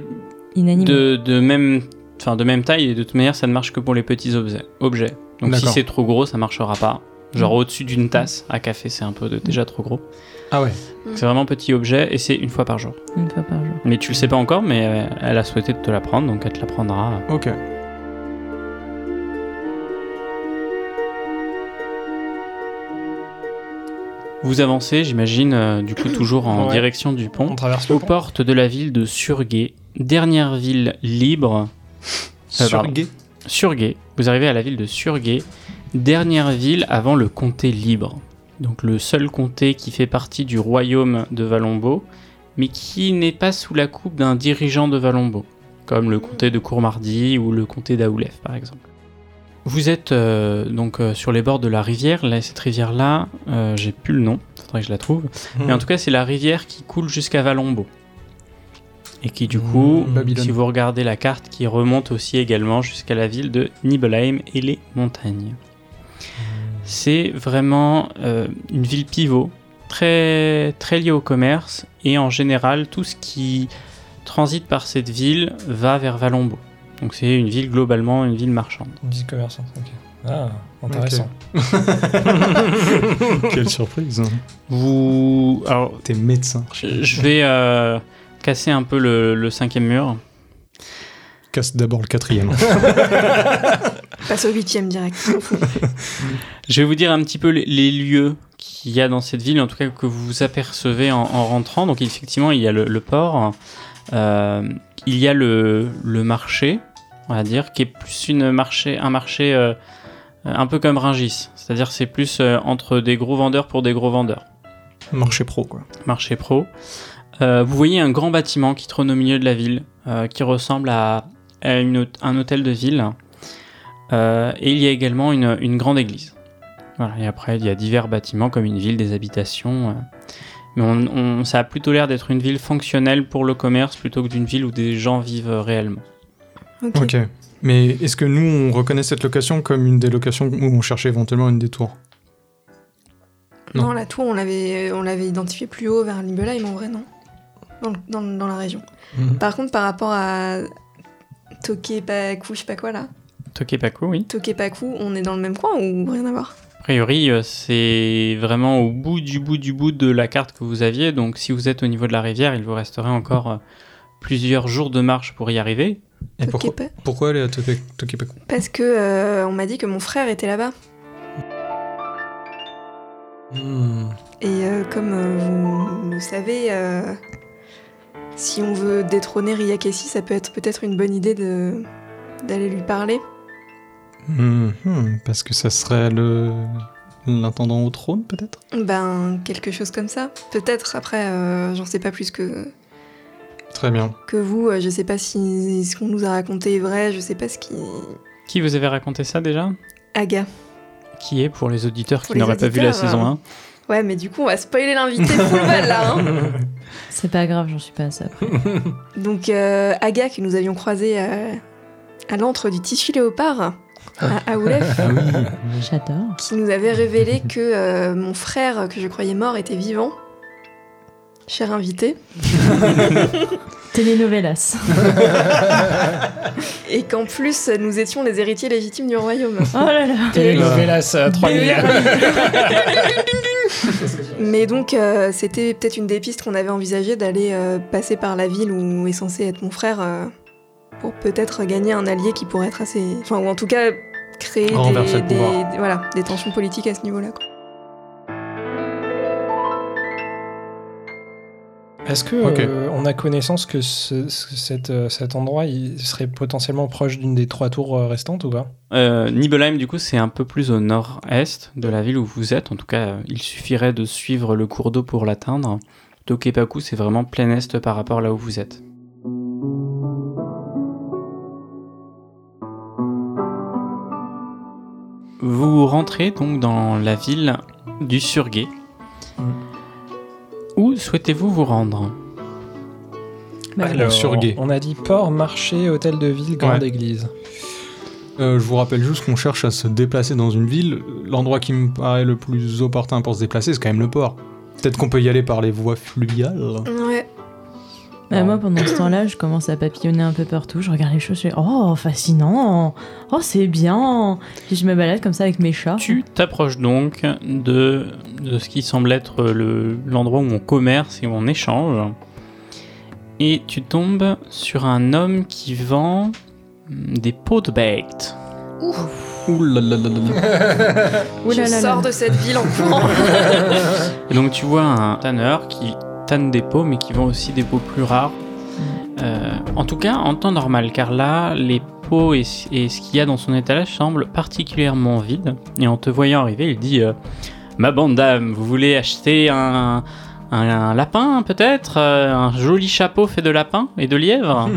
Speaker 5: Inanimé.
Speaker 3: de, de même, enfin, de même taille, et de toute manière, ça ne marche que pour les petits objets. objets. Donc si
Speaker 1: D'accord.
Speaker 3: c'est trop gros, ça marchera pas. Genre
Speaker 5: Mm.
Speaker 3: au-dessus d'une tasse à café, c'est un peu de- déjà trop gros.
Speaker 1: ah ouais.
Speaker 2: Mm.
Speaker 3: C'est vraiment petit objet et c'est une fois par jour.
Speaker 5: Une fois par jour.
Speaker 3: Mais tu le sais pas encore, mais euh, elle a souhaité te l'apprendre, donc elle te l'apprendra.
Speaker 1: Ok.
Speaker 3: Vous avancez, j'imagine, euh, du coup toujours en
Speaker 4: Ouais.
Speaker 3: direction du pont.
Speaker 4: On traverse le
Speaker 3: Aux
Speaker 4: pont.
Speaker 3: portes de la ville de Surgay, dernière ville libre. Euh, pardon.
Speaker 1: Surgay.
Speaker 3: Surgay, vous arrivez à la ville de Surgay, dernière ville avant le comté libre. Donc le seul comté qui fait partie du royaume de Valombo, mais qui n'est pas sous la coupe d'un dirigeant de Valombo, comme le comté de Courmardy ou le comté d'Aoulef par exemple. Vous êtes euh, donc euh, sur les bords de la rivière, là, cette rivière-là, euh, j'ai plus le nom, faudrait que je la trouve,
Speaker 4: Hmm. Mm.
Speaker 3: mais en tout cas c'est la rivière qui coule jusqu'à Valombo. Et qui du coup,
Speaker 1: Mmh, Babylone.
Speaker 3: si vous regardez la carte, qui remonte aussi également jusqu'à la ville de Nibelheim et les montagnes. C'est vraiment euh, une ville pivot, très, très liée au commerce, et en général, tout ce qui transite par cette ville va vers Valombo. Donc c'est une ville globalement, une ville marchande.
Speaker 4: On dit commerçant. ok. Ah, intéressant.
Speaker 1: Quelle surprise.
Speaker 3: Vous... Alors,
Speaker 1: T'es médecin.
Speaker 3: je je vais euh, casser un peu le- le cinquième mur.
Speaker 1: Casse d'abord le quatrième.
Speaker 2: Passe au 8 direct.
Speaker 3: Je vais vous dire un petit peu les, les lieux qu'il y a dans cette ville, en tout cas que vous apercevez en, en rentrant. Donc effectivement, il y a le, le port, euh, il y a le, le marché, on va dire, qui est plus une marché, un marché euh, un peu comme Ringis. C'est-à-dire c'est plus euh, entre des gros vendeurs pour des gros vendeurs.
Speaker 1: Marché pro, quoi.
Speaker 3: Marché pro. Euh, vous voyez un grand bâtiment qui trône au milieu de la ville, euh, qui ressemble à, à une hôt- un hôtel de ville. Euh, et il y a également une, une grande église. Voilà, et après, il y a divers bâtiments comme une ville, des habitations. euh. Mais on- on- ça a plutôt l'air d'être une ville fonctionnelle pour le commerce plutôt que d'une ville où des gens vivent euh, réellement.
Speaker 1: Ok. Mais est-ce que nous, on reconnaît cette location comme une des locations où on cherchait éventuellement une des tours Non.
Speaker 2: Non, la tour, on l'avait, euh, on l'avait identifiée plus haut vers Nibelheim en vrai, non dans, le- dans, le- dans la région.
Speaker 4: Mhm.
Speaker 2: Par contre, par rapport à Tokepaku, je sais pas quoi là,
Speaker 3: Tokepaku, oui.
Speaker 2: Tokepaku, on est dans le même coin ou rien à voir
Speaker 3: A priori, euh, c'est vraiment au bout du bout du bout de la carte que vous aviez. Donc, si vous êtes au niveau de la rivière, il vous resterait encore euh, plusieurs jours de marche pour y arriver.
Speaker 1: Et pourquoi,
Speaker 2: Tokepe.
Speaker 1: pourquoi aller à Toke- Tokepeku
Speaker 2: Parce que euh, on m'a dit que mon frère était là-bas.
Speaker 1: Hmm.
Speaker 2: Et euh, comme euh, vous le savez, euh, si on veut détrôner Ryakeshi, ça peut être peut-être une bonne idée de d'aller lui parler.
Speaker 1: Hmm, hmm, Parce que ça serait le l'intendant au trône, peut-être
Speaker 2: Ben, quelque chose comme ça. Peut-être, après, euh, j'en sais pas plus que,
Speaker 1: Très bien.
Speaker 2: que vous. Euh, Je sais pas si ce qu'on nous a raconté est vrai, je sais pas ce qui...
Speaker 3: Qui vous avait raconté ça déjà
Speaker 2: Aga.
Speaker 3: Qui est pour les auditeurs
Speaker 2: Pour
Speaker 3: qui
Speaker 2: les
Speaker 3: n'auraient pas vu la
Speaker 2: auditeurs,
Speaker 3: saison
Speaker 2: euh,
Speaker 3: 1
Speaker 2: Ouais, mais du coup, on va spoiler l'invité full mal, là, hein
Speaker 5: C'est pas grave, j'en suis pas à ça.
Speaker 2: Donc, euh, Aga, que nous avions croisé à, à l'antre du tissu léopard, à Aoulef,
Speaker 1: Ah oui.
Speaker 5: J'adore.
Speaker 2: qui nous avait révélé que euh, mon frère, que je croyais mort, était vivant. Cher invité.
Speaker 5: Telenovelas.
Speaker 2: Et qu'en plus, nous étions les héritiers légitimes du royaume.
Speaker 5: Oh là là.
Speaker 4: Et euh, le Vélas
Speaker 2: euh,
Speaker 4: à 3000.
Speaker 2: Mais donc, euh, c'était peut-être une des pistes qu'on avait envisagé d'aller euh, passer par la ville où est censé être mon frère euh, pour peut-être gagner un allié qui pourrait être assez. Enfin, ou en tout cas créer
Speaker 1: Ah, Renverser
Speaker 2: des,
Speaker 1: le pouvoir.
Speaker 2: des- voilà, des tensions politiques à ce niveau-là. quoi.
Speaker 4: Est-ce que
Speaker 1: Ok.
Speaker 4: euh, on a connaissance que ce- ce- cet, euh, cet endroit il serait potentiellement proche d'une des trois tours euh, restantes ou pas
Speaker 3: Euh, Nibelheim, du coup, c'est un peu plus au nord-est de la ville où vous êtes. En tout cas, euh, il suffirait de suivre le cours d'eau pour l'atteindre. Tokepaku, c'est vraiment plein est par rapport là où vous êtes. Vous rentrez donc dans la ville du Surguet. Où souhaitez-vous vous rendre
Speaker 5: Bah,
Speaker 1: Alors, sur Gay.
Speaker 4: On a dit port, marché, hôtel de ville, grande
Speaker 1: Ouais.
Speaker 4: église.
Speaker 1: Euh, je vous rappelle juste qu'on cherche à se déplacer dans une ville. L'endroit qui me paraît le plus opportun pour se déplacer, c'est quand même le port. Peut-être qu'on peut y aller par les voies fluviales.
Speaker 2: Ouais.
Speaker 5: bah, moi, pendant ce temps-là, je commence à papillonner un peu partout. Je regarde les choses. Je fais Oh, fascinant. Oh, c'est bien. Puis je me balade comme ça avec mes chats.
Speaker 3: Tu t'approches donc de, de ce qui semble être le- l'endroit où on commerce et où on échange. Et tu tombes sur un homme qui vend hum, des pots de baked.
Speaker 1: Ouh là là là là là.
Speaker 5: Ouh là
Speaker 2: je
Speaker 5: là là.
Speaker 2: sors de cette ville en courant.
Speaker 3: Et donc tu vois un tanneur qui tanne des pots mais qui vend aussi des pots plus rares. Euh, en tout cas en temps normal car là les pots et, et ce qu'il y a dans son étalage semblent particulièrement vides. Et en te voyant arriver il dit euh, Ma bande d'âmes, vous voulez acheter un, un- un lapin peut-être Euh, Un joli chapeau fait de lapin et de lièvre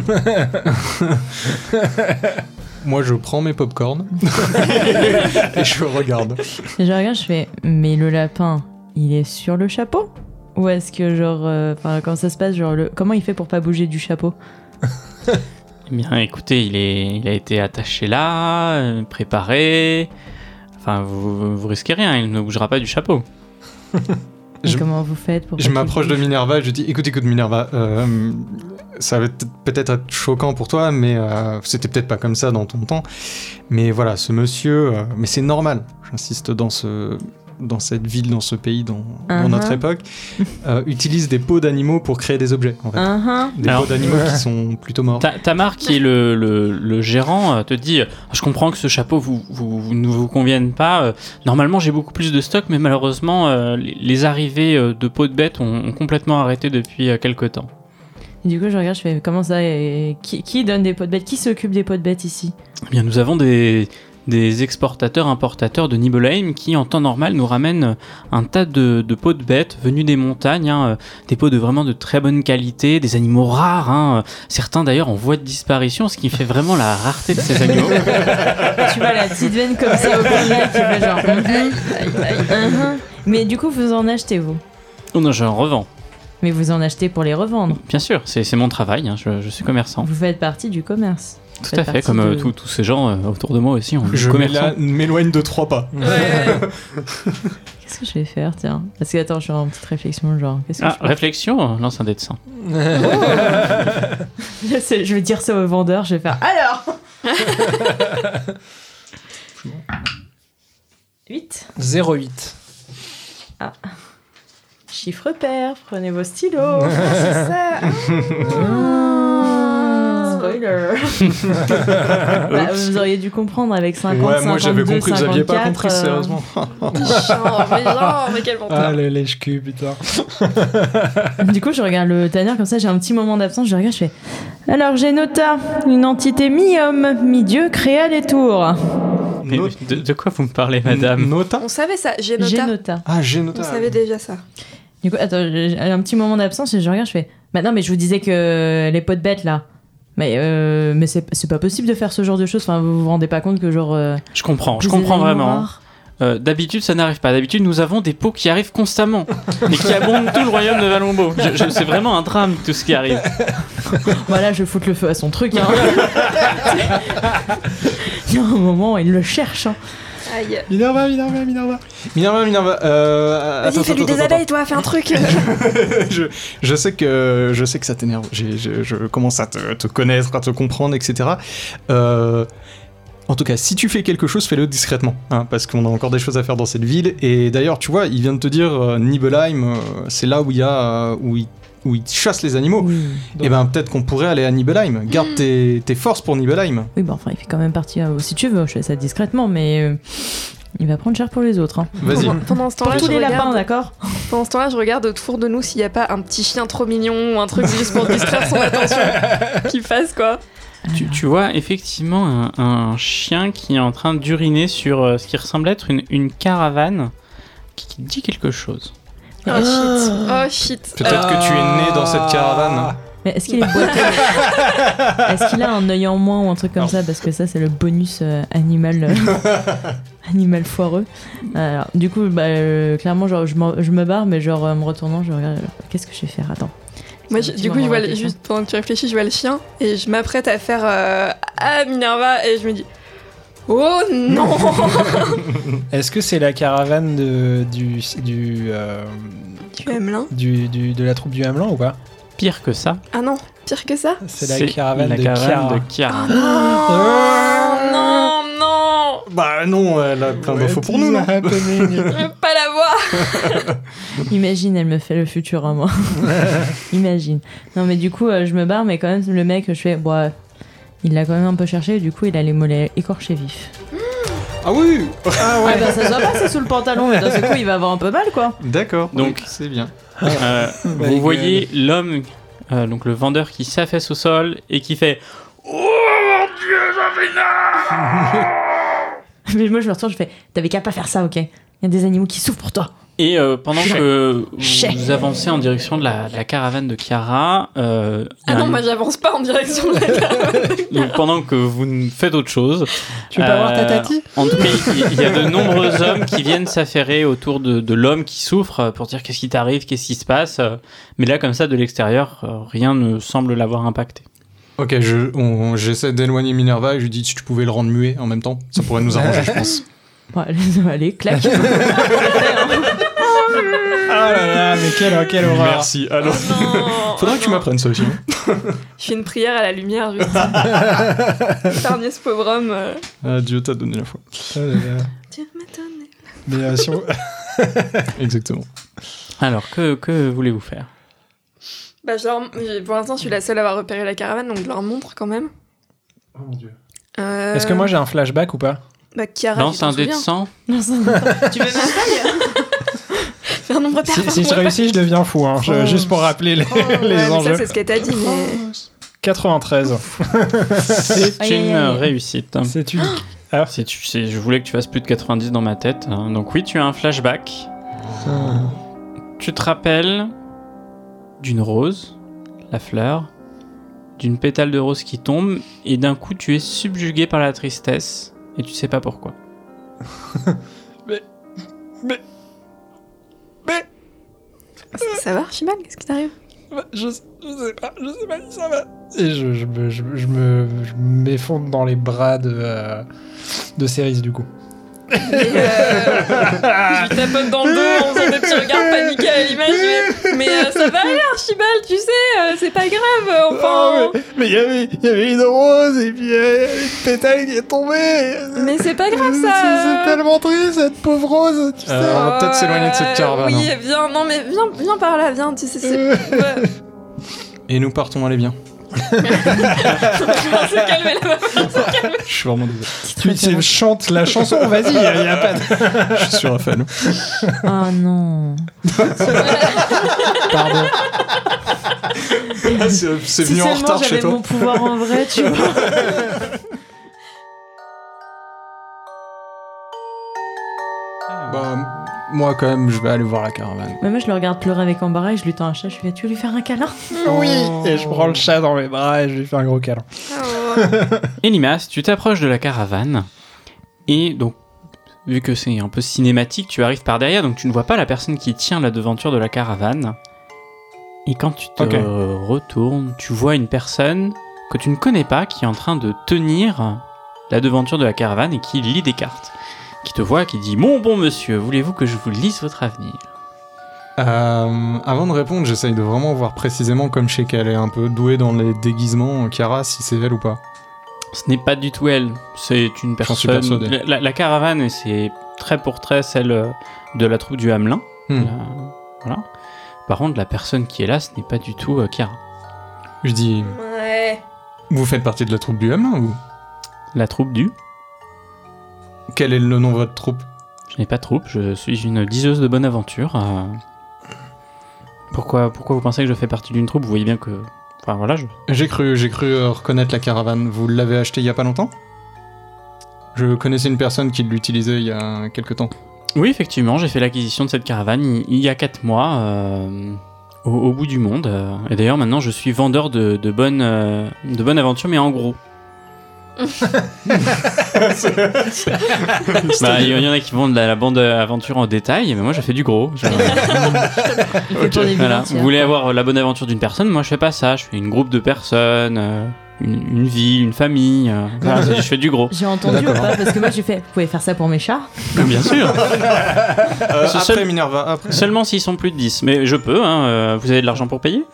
Speaker 1: Moi, je prends mes popcorn et je regarde.
Speaker 5: Et je regarde, je fais Mais le lapin, il est sur le chapeau Ou est-ce que, genre, euh, enfin, quand ça se passe, genre, le... comment il fait pour pas bouger du chapeau
Speaker 3: Eh bien, écoutez, il, est, il a été attaché là, euh, préparé. Enfin, vous, vous- vous risquez rien, il ne bougera pas du chapeau.
Speaker 5: Et
Speaker 1: Je-
Speaker 5: Comment vous faites pour. pas
Speaker 1: Je
Speaker 5: qu'il
Speaker 1: m'approche de
Speaker 5: bouge
Speaker 1: Minerva et je dis Écoute, écoute, Minerva, euh, ça va peut- peut-être être choquant pour toi, mais euh, c'était peut-être pas comme ça dans ton temps. Mais voilà, ce monsieur, euh, mais c'est normal, j'insiste, dans, ce, dans cette ville, dans ce pays, dans, dans
Speaker 5: Mhm.
Speaker 1: notre époque, euh, utilise des peaux d'animaux pour créer des objets, en fait.
Speaker 5: Hein, hein.
Speaker 1: Des
Speaker 3: Alors- euh,
Speaker 1: peaux d'animaux qui sont plutôt morts.
Speaker 3: Ta, Tamar, qui est le, le- le gérant, euh, te dit euh, Je comprends que ce chapeau vous, vous- vous- ne vous convienne pas. euh, Normalement, j'ai beaucoup plus de stock, mais malheureusement, euh, les, les arrivées euh, de peaux de bêtes ont, ont complètement arrêté depuis euh, quelque temps.
Speaker 5: Et Du coup, je regarde, je fais Comment ça et qui, qui donne des pots de bêtes Qui s'occupe des pots de bêtes ici
Speaker 3: Eh bien, nous avons des, des exportateurs, importateurs de Nibelheim qui, en temps normal, nous ramènent euh, un tas de, de peaux de bêtes venues des montagnes, hein, euh, des peaux de vraiment de très bonne qualité, des animaux rares. hein, euh, Certains d'ailleurs en voie de disparition, ce qui fait vraiment la rareté de ces animaux.
Speaker 5: Tu vois la petite veine comme ça au coin de l'œil qui fait genre. Hum, hum, hum, hum. Mais du coup, vous en achetez, vous
Speaker 3: Oh non, j'en revends.
Speaker 5: Mais vous en achetez pour les revendre.
Speaker 3: Bien sûr, c'est c'est mon travail, hein, je, je suis commerçant.
Speaker 5: Vous faites partie du commerce. Vous
Speaker 3: Tout
Speaker 5: faites
Speaker 3: à fait,
Speaker 5: partie
Speaker 3: comme
Speaker 5: de-
Speaker 3: euh, tous- tous ces gens euh, autour de moi aussi, on
Speaker 1: Je
Speaker 3: est commerçant.
Speaker 1: m'éla- m'éloigne de trois pas.
Speaker 5: Qu'est-ce que je vais faire, tiens Parce que attends, je suis en petite réflexion, genre. Qu'est-ce que
Speaker 3: Ah, réflexion, lance un dé de 100.
Speaker 5: je, fais C'est- je vais dire ça au vendeur, je vais faire. Alors 8.
Speaker 4: 08.
Speaker 5: Chiffre Ah, pair, prenez vos stylos.
Speaker 2: C'est ça. Ah.
Speaker 5: Spoiler Bah, Vous auriez dû comprendre avec 50,
Speaker 1: ouais, moi j'avais
Speaker 5: 52,
Speaker 1: compris, vous aviez pas
Speaker 5: 54,
Speaker 1: compris,
Speaker 5: euh,
Speaker 1: sérieusement.
Speaker 2: Genre, mais genre, mais quel menteur.
Speaker 4: le lèche cul, putain.
Speaker 5: euh. Du coup, je regarde le tanner comme ça, j'ai un petit moment d'absence, je regarde, je fais Alors, j'ai Nota, une entité mi-homme, mi-dieu créa les tours.
Speaker 3: Mais
Speaker 1: No-
Speaker 3: de, de quoi vous me parlez, madame
Speaker 1: Nota
Speaker 2: On savait ça, j'ai
Speaker 5: J'ai
Speaker 2: noté.
Speaker 5: Nota.
Speaker 1: Ah, j'ai Nota.
Speaker 2: On savait déjà ça.
Speaker 5: Du coup, attends, j'ai j'ai un petit moment d'absence et je regarde, je fais Bah non, mais je vous disais que les pots de bêtes là. Mais, euh, mais c'est c'est pas possible de faire ce genre de choses. Enfin, vous vous rendez pas compte que genre. euh,
Speaker 3: Je comprends, je
Speaker 5: vous
Speaker 3: comprends
Speaker 5: avez
Speaker 3: vraiment.
Speaker 5: noir.
Speaker 3: Euh, D'habitude, ça n'arrive pas. D'habitude, nous avons des pots qui arrivent constamment et qui abondent tout le royaume de Valombo. Je- je- C'est vraiment un drame tout ce qui arrive. hein.
Speaker 5: Voilà, Bah je foute le feu à son truc. hein. il y a un moment, il le cherche. hein.
Speaker 2: Aïe.
Speaker 1: Minerva, Minerva, Minerva. Minerva, Minerva. Euh, attends,
Speaker 2: Vas-y, fais-lui
Speaker 1: attends,
Speaker 2: des
Speaker 1: attends,
Speaker 2: abeilles, toi, fais un truc.
Speaker 1: je, je sais que je sais que ça t'énerve. J'ai- Je, je commence à te, te connaître, à te comprendre, etc. Euh, en tout cas, si tu fais quelque chose, fais-le discrètement, hein, parce qu'on a encore des choses à faire dans cette ville. Et d'ailleurs, tu vois, il vient de te dire euh, Nibelheim, euh, c'est là où il y a euh, où il, où il chasse les
Speaker 2: Oh.
Speaker 1: animaux.
Speaker 5: Oui.
Speaker 1: Et ben peut-être qu'on pourrait aller à
Speaker 2: Mm.
Speaker 1: Nibelheim. Garde tes, tes forces pour Nibelheim.
Speaker 5: Oui, bon, enfin, il fait quand même partie. euh, si tu veux, je fais ça discrètement, mais euh, il va prendre cher pour les autres. hein.
Speaker 1: Vas-y.
Speaker 2: Pendant, pendant ce temps-là,
Speaker 5: Pour
Speaker 2: je,
Speaker 5: tous les lapins,
Speaker 2: regarde-
Speaker 5: d'accord
Speaker 2: pendant ce temps-là, je regarde autour de nous s'il n'y a pas un petit chien trop mignon ou un truc juste pour distraire son attention. Qu'il fasse quoi.
Speaker 3: Tu, tu vois effectivement un, un chien qui est en train d'uriner sur euh, ce qui ressemble être une, une caravane qui, qui dit quelque chose.
Speaker 2: Oh shit. Oh shit.
Speaker 1: Peut-être que tu es né dans
Speaker 4: Ah.
Speaker 1: cette caravane.
Speaker 5: Mais est-ce qu'il est boiteux Est-ce qu'il a un œil en moins ou un truc comme ça Parce que ça, c'est le bonus euh, animal, euh, animal foireux. Alors, du coup, bah, euh, clairement, genre, je, m'en- je me barre, mais genre, en me retournant, je regarde. genre, Qu'est-ce que je vais faire Attends.
Speaker 2: Moi,
Speaker 5: C'est
Speaker 2: je-
Speaker 5: un petit
Speaker 2: du coup, je
Speaker 5: moment
Speaker 2: vois le-
Speaker 5: d'attention.
Speaker 2: juste pendant que tu réfléchis, je vois le chien et je m'apprête à faire euh, Ah Minerva et je me dis Oh non
Speaker 4: Est-ce que c'est la caravane de, du, du, euh,
Speaker 2: Tu aimes l'un
Speaker 4: du, du- de la troupe du Hamelan ou pas
Speaker 3: Pire que ça,
Speaker 2: Ah non, pire que ça Oh,
Speaker 4: C'est la caravane
Speaker 3: la
Speaker 4: de
Speaker 3: caravane
Speaker 4: Chiara.
Speaker 3: de
Speaker 2: Ah.
Speaker 3: Chiara.
Speaker 2: Non
Speaker 1: Ah.
Speaker 2: Non, non
Speaker 1: Bah non, elle a
Speaker 4: Ah,
Speaker 1: plein d'infos pour nous. non
Speaker 2: Je veux pas la voir
Speaker 5: Imagine, elle me fait le futur à moi. Imagine. Non, mais du coup, euh, je me barre, mais quand même, le mec, je fais. Bah, il l'a quand même un peu cherché, et du coup, il a les mollets écorchés vifs.
Speaker 1: Ah oui.
Speaker 5: Ah, bah, ça se voit pas, c'est sous le pantalon, mais dans ce coup, il va avoir un peu mal, quoi.
Speaker 1: D'accord.
Speaker 3: Donc-
Speaker 1: oui, c'est bien.
Speaker 3: Euh,
Speaker 4: My
Speaker 3: vous
Speaker 4: God.
Speaker 3: voyez l'homme, euh, donc le vendeur qui s'affaisse au sol et qui fait
Speaker 5: Mais moi, je me retourne, je fais. T'avais qu'à pas faire ça, ok Il y a des animaux qui souffrent pour toi.
Speaker 3: Et euh, pendant que vous
Speaker 5: Chais.
Speaker 3: avancez en direction de la, de la caravane de Chiara, euh, il y
Speaker 2: Ah
Speaker 3: a
Speaker 2: non,
Speaker 3: un-
Speaker 2: moi j'avance pas en direction
Speaker 1: Ah
Speaker 2: de la
Speaker 3: donc pendant que vous ne faites autre chose,
Speaker 4: Tu peux avoir ta
Speaker 3: euh,
Speaker 4: tati
Speaker 3: En tout cas, il- il y a de nombreux hommes qui viennent s'affairer autour de, de l'homme qui souffre euh, pour dire qu'est-ce qui t'arrive, qu'est-ce qui se passe. euh, Mais là, comme ça, de l'extérieur, euh, rien ne semble l'avoir impacté.
Speaker 1: Ok, je- on- j'essaie d'éloigner Minerva et je lui dis si tu pouvais le rendre muet en même temps, ça pourrait nous arranger, je pense.
Speaker 5: Bon, allez, allez, claque.
Speaker 4: Ah là là, mais quelle, quelle horreur
Speaker 1: Merci. Alors,
Speaker 2: Non
Speaker 1: faudrait que tu
Speaker 2: Oh, non.
Speaker 1: m'apprennes ça aussi. hein.
Speaker 2: Je fais une prière à la lumière, juste. Épargnez ce pauvre homme. euh.
Speaker 1: Ah, Dieu t'a donné la foi.
Speaker 4: Oh là là.
Speaker 2: Dieu m'a donné.
Speaker 4: Mais euh, si on-
Speaker 1: Exactement.
Speaker 3: Alors, que, que voulez-vous faire
Speaker 2: Bah, je leur- j'ai- Pour l'instant, je suis la seule à avoir repéré la caravane, donc je leur montre quand même. Euh,
Speaker 4: Est-ce que moi j'ai un flashback ou pas
Speaker 2: Bah, Chiara,
Speaker 3: Lance
Speaker 2: tu t'en
Speaker 3: un dé de
Speaker 2: souviens.
Speaker 3: sang.
Speaker 5: Non, ça-
Speaker 2: Tu veux même pas Fais un nombre
Speaker 4: si,
Speaker 2: pervers,
Speaker 4: si je
Speaker 2: nombre
Speaker 4: réussis, je deviens fou, hein, je-
Speaker 5: Oh.
Speaker 4: juste pour rappeler les,
Speaker 2: pervers. Ouais,
Speaker 4: les
Speaker 2: mais
Speaker 4: enjeux.
Speaker 2: Ça, c'est ce qu'elle t'a dit, mais.
Speaker 4: 93,
Speaker 3: C'est
Speaker 5: Aïe, aïe,
Speaker 3: une
Speaker 5: aïe.
Speaker 3: réussite.
Speaker 4: c'est une...
Speaker 3: Si tu sais, je voulais que tu fasses plus de 90 dans ma tête. hein. Donc oui, tu as un flashback. Tu te rappelles d'une rose, la fleur, d'une pétale de rose qui tombe, et d'un coup tu es subjugué par la tristesse, et tu sais pas pourquoi.
Speaker 2: Ça- Ça va, Archibald Qu'est-ce qui t'arrive
Speaker 4: Bah, Je, sais pas, je sais pas si ça va. Et je, je me- je- je me- je m'effondre dans les bras de, euh, de Céris, du coup.
Speaker 2: Mais, euh, Je lui tapote dans le dos en faisant des petits regards paniqués à l'image. je vais- Mais, euh, ça va aller, Archibald, tu sais, euh, c'est pas grave,
Speaker 4: Ah
Speaker 2: euh, enfin.
Speaker 4: mais il y avait, il y avait une rose et puis euh, une pétale qui est tombée.
Speaker 2: Mais c'est pas grave,
Speaker 4: C'est-
Speaker 2: ça.
Speaker 4: C'est
Speaker 2: euh.
Speaker 4: tellement triste, cette pauvre rose, tu
Speaker 1: Euh, on va peut-être s'éloigner de cette caravane.
Speaker 2: Oui,
Speaker 1: hein.
Speaker 2: viens, non mais viens, viens par là, viens, tu sais, c'est...
Speaker 4: sais.
Speaker 2: Ouais.
Speaker 1: Et nous partons, allez bien.
Speaker 2: On se calmer là
Speaker 1: Je suis vraiment désolé.
Speaker 4: Tu, tu chantes la chanson, vas-y, il a, y a pas de...
Speaker 1: Je suis sur Raphaël.
Speaker 5: Ah non.
Speaker 4: Pardon.
Speaker 1: Ah, c'est c'est
Speaker 5: Si
Speaker 1: venu en
Speaker 5: seulement
Speaker 1: retard chez
Speaker 5: j'avais
Speaker 1: toi.
Speaker 5: mon pouvoir en vrai, tu vois.
Speaker 1: Bah, moi, quand même, je vais aller voir la caravane.
Speaker 5: Mais moi, je le regarde pleurer avec embarras et je lui tends un chat. Je lui dis Tu veux lui faire un câlin
Speaker 4: Oui Et je prends le chat dans mes bras et je lui fais un gros câlin.
Speaker 2: Oh.
Speaker 3: Et Limas, tu t'approches de la caravane. Et donc, vu que c'est un peu cinématique, tu arrives par derrière, donc tu ne vois pas la personne qui tient la devanture de la caravane. Et quand tu te
Speaker 1: Ok.
Speaker 3: retournes, tu vois une personne que tu ne connais pas qui est en train de tenir la devanture de la caravane et qui lit des cartes. Qui te voit, qui dit Mon bon monsieur, voulez-vous que je vous lise votre avenir
Speaker 1: Euh, avant de répondre, j'essaye de vraiment voir précisément, comme je sais qu'elle est un peu douée dans les déguisements, Kiara, si c'est elle ou pas.
Speaker 3: Ce n'est pas du tout elle, c'est une
Speaker 1: J'en suis
Speaker 3: personne.
Speaker 1: persuadé.
Speaker 3: La, la- la caravane, c'est trait pour trait celle euh, de la troupe du Hamelin.
Speaker 1: Hmm.
Speaker 3: Euh, voilà. Par contre, la personne qui est là, ce n'est pas du tout euh, Kiara.
Speaker 1: Je dis,
Speaker 2: Ouais.
Speaker 1: vous faites partie de la troupe du Hamelin ou
Speaker 3: La troupe du.
Speaker 1: Quel est le nom de votre troupe
Speaker 3: Je n'ai pas de troupe, je suis une diseuse de bonne aventure. euh. Pourquoi, pourquoi vous pensez que je fais partie d'une troupe Vous voyez bien que. Enfin voilà, je.
Speaker 1: J'ai cru, j'ai cru euh, reconnaître la caravane. Vous l'avez achetée il y a pas longtemps Je connaissais une personne qui l'utilisait il y a quelque temps.
Speaker 3: Oui, effectivement, j'ai fait l'acquisition de cette caravane il, il y a 4 mois, euh, au, au bout du monde. euh. Et d'ailleurs, maintenant, je suis vendeur de, de bonnes euh, de bonne aventure, mais en gros. Bah, Il y, en a qui vendent la, la bande euh, aventure en détail, mais moi, je fais du gros. Je-
Speaker 5: Il fait tourner
Speaker 3: Voilà.
Speaker 5: bien, tiens.
Speaker 3: Vous voulez avoir la bonne aventure d'une personne, moi je fais pas ça, je fais une groupe de personnes, euh, une, une vie, une famille, euh, voilà, je fais du gros.
Speaker 5: J'ai entendu ou
Speaker 1: D'accord.
Speaker 5: pas Parce que moi, j'ai fait Vous pouvez faire ça pour mes chats
Speaker 3: Bien sûr Ce
Speaker 1: Euh, après
Speaker 3: seul-
Speaker 1: Minerva, après.
Speaker 3: Seulement s'ils sont plus de 10, mais je peux, hein, euh, vous avez de l'argent pour payer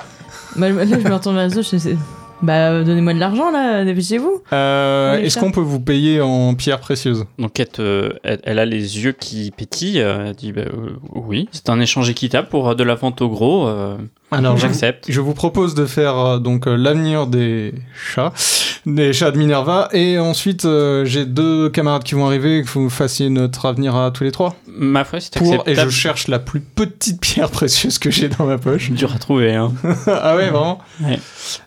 Speaker 5: Bah, Là, je me retourne vers les autres. Je sais. Bah, euh, donnez-moi de l'argent là, dépêchez-vous.
Speaker 1: Euh,
Speaker 5: Mais
Speaker 1: Est-ce
Speaker 5: ça-
Speaker 1: qu'on peut vous payer en pierres précieuses
Speaker 3: Donc elle, te- elle- elle a les yeux qui pétillent, euh, elle dit bah, euh, oui, c'est un échange équitable pour euh, de la vente au gros, euh,
Speaker 1: Alors, je,
Speaker 3: j'accepte.
Speaker 1: je vous propose de faire euh, donc euh, l'avenir des chats, des chats de Minerva, et ensuite euh, j'ai deux camarades qui vont arriver, que vous fassiez notre avenir à tous les trois.
Speaker 3: Ma foi, c'est
Speaker 1: Pour, et je
Speaker 3: acceptable.
Speaker 1: cherche la plus petite pierre précieuse que j'ai dans ma poche.
Speaker 3: Dur à trouver, hein.
Speaker 1: ah ouais, vraiment
Speaker 3: Ouais.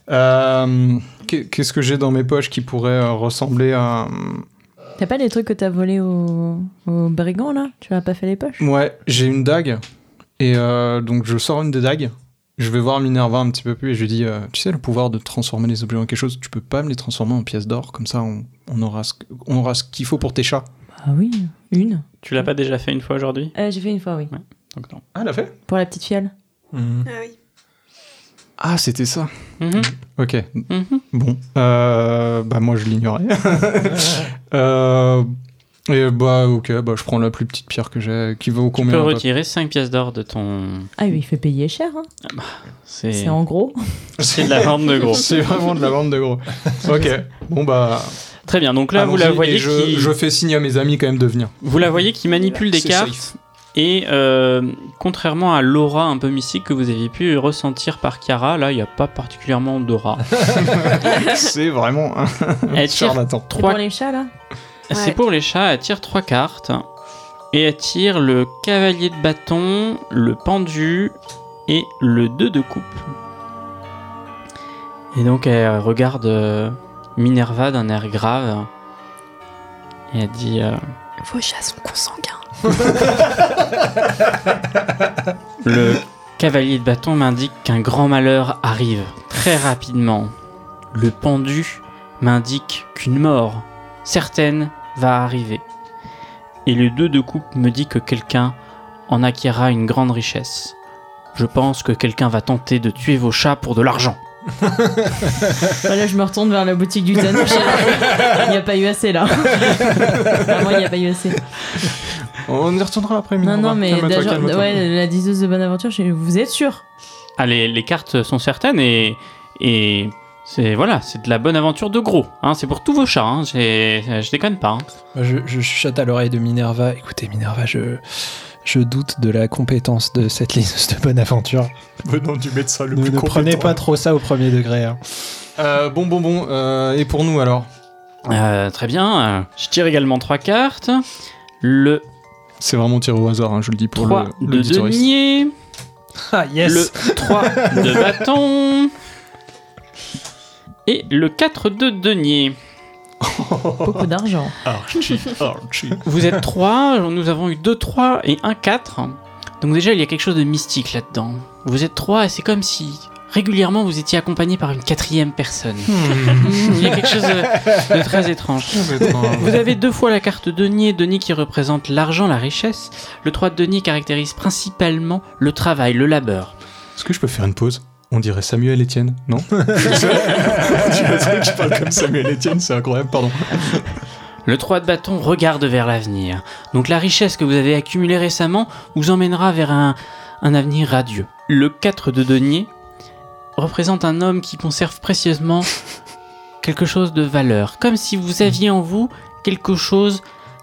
Speaker 1: Euh, qu'est- Qu'est-ce que j'ai dans mes poches qui pourrait euh, ressembler à... hum,
Speaker 5: T'as pas les trucs que t'as volés aux... aux brigands là Tu as pas fait les poches
Speaker 1: Ouais, j'ai une dague, et euh, donc je sors une des dagues, je vais voir Minerva un petit peu plus, et je lui dis, euh, tu sais, le pouvoir de transformer les objets en quelque chose, tu peux pas me les transformer en pièces d'or, comme ça on, on aura ce, on aura ce qu'il faut pour tes chats.
Speaker 5: Ah oui, une.
Speaker 3: Tu l'as pas déjà fait une fois aujourd'hui
Speaker 5: Euh, j'ai fait une fois, oui.
Speaker 3: Donc, non.
Speaker 1: Ah, elle a fait
Speaker 5: Pour la petite fiole.
Speaker 2: Ah oui.
Speaker 1: Ah, c'était ça.
Speaker 3: Mhm,
Speaker 1: Ok,
Speaker 3: mhm.
Speaker 1: Bon, euh, bah moi je l'ignorais. Euh, et bah ok, bah je prends la plus petite pierre que j'ai, qui vaut
Speaker 3: Tu
Speaker 1: combien
Speaker 3: peux
Speaker 1: à peu
Speaker 3: retirer 5 pièces d'or de ton...
Speaker 5: Ah oui, il fait payer cher. Hein. C'est en gros.
Speaker 3: C'est de la vente de gros.
Speaker 1: C'est vraiment de la vente de gros. ok, bon bah.
Speaker 3: Très bien, donc là vous
Speaker 1: allons-y,
Speaker 3: la
Speaker 1: et
Speaker 3: voyez
Speaker 1: je,
Speaker 3: qui,
Speaker 1: je fais signe à mes amis quand même de venir.
Speaker 3: vous la voyez qui manipule des
Speaker 1: C'est
Speaker 3: cartes
Speaker 1: safe.
Speaker 3: et euh, contrairement à l'aura un peu mystique que vous avez pu ressentir par Kiara, là il n'y a pas particulièrement d'aura.
Speaker 1: C'est vraiment un
Speaker 3: Elle tire
Speaker 1: charlatan.
Speaker 5: C'est
Speaker 3: Trois-
Speaker 5: pour les chats là
Speaker 3: C'est
Speaker 2: Ouais.
Speaker 3: pour les chats, elle tire trois cartes. Et elle tire le cavalier de bâton, le pendu et le 2 de coupe. Et donc elle regarde euh, Minerva d'un air grave. Et elle dit euh,
Speaker 2: Vos chats sont consanguins.
Speaker 3: Le cavalier de bâton m'indique qu'un grand malheur arrive très rapidement. Le pendu m'indique qu'une mort certaine va arriver. Et le deux de coupe me dit que quelqu'un en acquérera une grande richesse. Je pense que quelqu'un va tenter de tuer vos chats pour de l'argent.
Speaker 5: Bah, Là, je me retourne vers la boutique du Tano. Il n'y a pas eu assez là. Vraiment, il n'y a pas eu assez.
Speaker 1: On y retournera après.
Speaker 5: Non,
Speaker 1: Minerva.
Speaker 5: non, mais
Speaker 1: Calme-toi,
Speaker 5: déjà-
Speaker 1: calme-toi.
Speaker 5: ouais, la diseuse de bonne aventure, je- vous êtes sûr
Speaker 3: Ah, les, les cartes sont certaines et. et c'est voilà, c'est de la bonne aventure de gros. hein. c'est pour tous vos chats. hein. J'ai- je déconne pas. hein.
Speaker 4: Moi, je, je chuchote à l'oreille de Minerva. Écoutez, Minerva, je, je doute de la compétence de cette liseuse de bonne aventure.
Speaker 1: Venant du médecin le
Speaker 4: Ne,
Speaker 1: plus
Speaker 4: ne prenez
Speaker 1: compétent.
Speaker 4: pas trop ça au premier degré. hein.
Speaker 1: Euh, bon, bon, bon. euh, et pour nous alors
Speaker 3: Euh, très bien. euh, Je tire également trois cartes. Le
Speaker 1: C'est vraiment tiré au hasard, hein, je le dis pour
Speaker 3: 3
Speaker 1: le,
Speaker 3: de
Speaker 1: l'auditoriste.
Speaker 3: denier.
Speaker 4: Ah, yes
Speaker 3: Le 3 de bâton. Et le 4 de denier.
Speaker 5: Beaucoup d'argent.
Speaker 1: Archie, Archie.
Speaker 3: Vous êtes 3, nous avons eu 2 3 et 1 4. Donc déjà, il y a quelque chose de mystique là-dedans. Vous êtes 3 et c'est comme si régulièrement vous étiez accompagné par une quatrième personne.
Speaker 1: Hmm,
Speaker 3: il y a quelque chose de- de très étrange.
Speaker 1: vous êtes un-
Speaker 3: Vous avez deux fois la carte denier, denier qui représente l'argent, la richesse. Le 3 de denier caractérise principalement le travail, le labeur.
Speaker 1: Est-ce que je peux faire une pause On dirait Samuel Etienne, non Tu vois, c'est vrai que je parle comme Samuel Etienne, c'est incroyable, pardon.
Speaker 3: Le 3 de bâton regarde vers l'avenir. Donc la richesse que vous avez accumulée récemment vous emmènera vers un, un avenir radieux. Le 4 de denier représente un homme qui conserve précieusement quelque chose de valeur, comme si vous aviez en vous quelque chose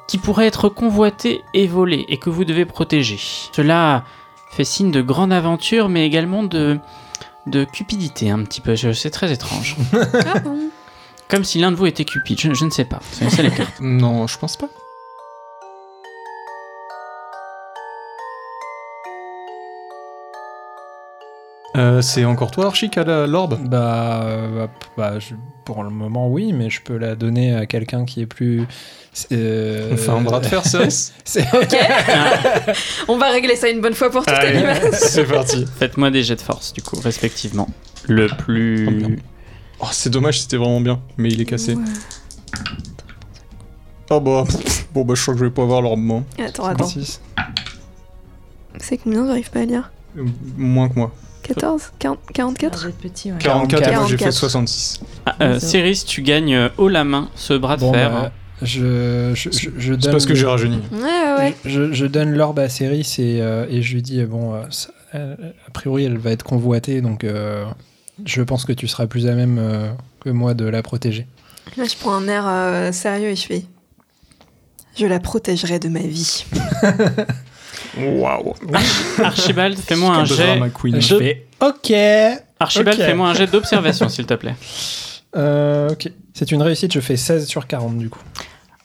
Speaker 3: qui pourrait être convoité et volé et que vous devez protéger. Cela fait signe de grande aventure mais également de de cupidité un petit peu, Je- c'est très étrange.
Speaker 2: Ah bon
Speaker 3: Comme si l'un de vous était cupide, je, je ne sais pas. C'est c'est les cartes.
Speaker 1: Non, je pense pas. Euh, c'est encore toi, Archie, qui a la- l'orbe
Speaker 4: Bah, euh, bah, bah, je- pour le moment, oui, mais je peux la donner à quelqu'un qui est plus. c'est, euh,
Speaker 1: On fait un bras de fer, Cyrus
Speaker 4: c'est-
Speaker 2: On va régler ça une bonne fois pour toutes, Anima.
Speaker 1: c'est parti.
Speaker 3: Faites-moi des jets de force, du coup, respectivement. Le
Speaker 1: Oh, merde.
Speaker 3: plus.
Speaker 1: Oh, c'est dommage, c'était vraiment bien, mais il est cassé. Oh bah, pff, bon bah je crois que je vais pas avoir l'orbe, moi.
Speaker 2: Attends, attends.
Speaker 4: 56.
Speaker 2: C'est combien J'arrive pas à lire.
Speaker 1: Euh, Moins que moi.
Speaker 2: 14 40 44
Speaker 5: Vous êtes petit, ouais.
Speaker 1: 44, et moi j'ai
Speaker 2: 44.
Speaker 1: fait 66.
Speaker 3: Ah, euh, Céris, tu gagnes euh, haut la main ce bras de
Speaker 4: Bon,
Speaker 3: fer.
Speaker 4: bah, je, je, je, je donne.
Speaker 1: hein. C'est parce que j'ai rajeuni.
Speaker 2: Ouais, ouais, ouais.
Speaker 4: Je, je donne l'orbe à Céris et, euh, et je lui dis euh, bon, euh, ça- euh, a priori elle va être convoitée donc euh, je pense que tu seras plus à même euh, que moi de la protéger.
Speaker 2: Là, je prends un air euh, sérieux et je fais. Je la protégerai de ma vie.
Speaker 1: Waouh.
Speaker 3: Archibald, fais-moi un
Speaker 1: Quel
Speaker 3: jet.
Speaker 1: drama queen.
Speaker 3: Je-
Speaker 4: fais ok.
Speaker 3: Archibald,
Speaker 4: Ok.
Speaker 3: fais-moi un jet d'observation, s'il te plaît.
Speaker 4: Euh, ok, c'est une réussite, je fais 16 sur 40 du coup.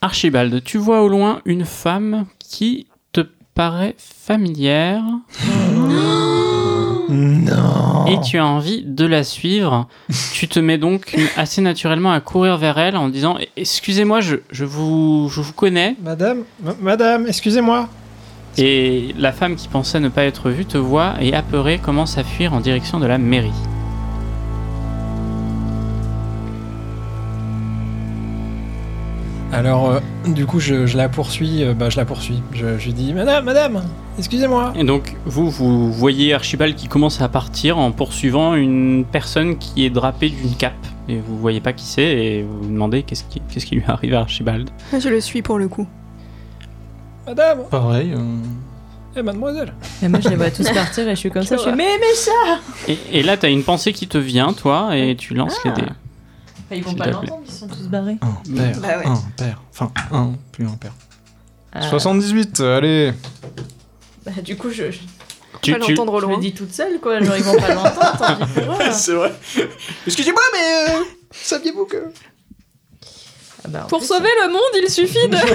Speaker 3: Archibald, tu vois au loin une femme qui te paraît familière
Speaker 4: Non.
Speaker 3: et tu as envie de la suivre. tu te mets donc assez naturellement à courir vers elle en disant "Eh, Excusez-moi, je, je vous, je vous connais.
Speaker 4: Madame, ma- madame, excusez-moi.
Speaker 3: Et la femme qui pensait ne pas être vue te voit et apeurée commence à fuir en direction de la mairie.
Speaker 4: Alors euh, du coup je, je la poursuis, euh, bah je la poursuis. Je, je lui dis madame, madame, excusez-moi.
Speaker 3: Et donc, vous, vous voyez Archibald qui commence à partir en poursuivant une personne qui est drapée d'une cape. Et vous voyez pas qui c'est et vous vous demandez qu'est-ce qui, qu'est-ce qui lui arrive à Archibald.
Speaker 2: Moi, Je le suis pour le coup.
Speaker 4: Madame,
Speaker 1: Pareil. euh,
Speaker 4: eh mademoiselle.
Speaker 5: Et moi, je les vois tous partir et je suis comme ça. Je suis mais mais ça.
Speaker 3: Et, et là, t'as une pensée qui te vient, toi, et tu lances les dés.
Speaker 5: Ils vont
Speaker 3: S'il
Speaker 5: pas
Speaker 3: te plaît.
Speaker 5: l'entendre, ils sont tous barrés.
Speaker 1: Un père,
Speaker 2: Bah ouais.
Speaker 1: un père, enfin un plus un père.
Speaker 5: Ah,
Speaker 2: Euh.
Speaker 1: 78, allez
Speaker 5: bah, du coup, je, je,
Speaker 3: Tu-
Speaker 2: pas
Speaker 3: tu-
Speaker 2: l'entendre au
Speaker 5: je le
Speaker 2: loin.
Speaker 5: dis toute seule, quoi. Genre, ils vont pas l'entendre, tant pis pour eux.
Speaker 1: vrai. Excusez-moi, mais saviez-vous que.
Speaker 5: Ah, bah, en
Speaker 2: Pour
Speaker 5: plus,
Speaker 2: sauver le monde, il suffit de.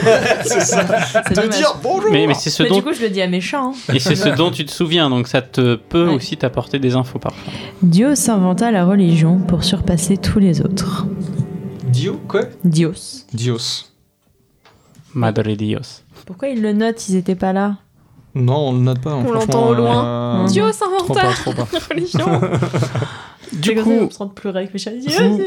Speaker 5: c'est-
Speaker 4: Ah,
Speaker 5: c'est dommage.
Speaker 1: bonjour
Speaker 3: Mais, mais c'est ce,
Speaker 5: Mais
Speaker 3: dont,
Speaker 5: du coup, je le dis à hein. méchant.
Speaker 3: et c'est ce dont tu te souviens, donc ça te peut
Speaker 5: Ouais.
Speaker 3: aussi t'apporter des infos parfois.
Speaker 5: Dios inventa la religion pour surpasser tous les autres.
Speaker 1: Dio, quoi
Speaker 5: Dios.
Speaker 1: Dios.
Speaker 3: Madre Dios.
Speaker 5: Pourquoi ils le notent Ils étaient pas là.
Speaker 1: Non, on le note pas. hein,
Speaker 2: On
Speaker 1: franchement,
Speaker 2: l'entend au
Speaker 5: euh,
Speaker 1: Dios
Speaker 2: Dieu s'inventa
Speaker 1: trop pas.
Speaker 2: la religion.
Speaker 3: Du
Speaker 5: C'est comme ça,
Speaker 3: coup,
Speaker 5: on se sent pleurer avec Michel. Dios.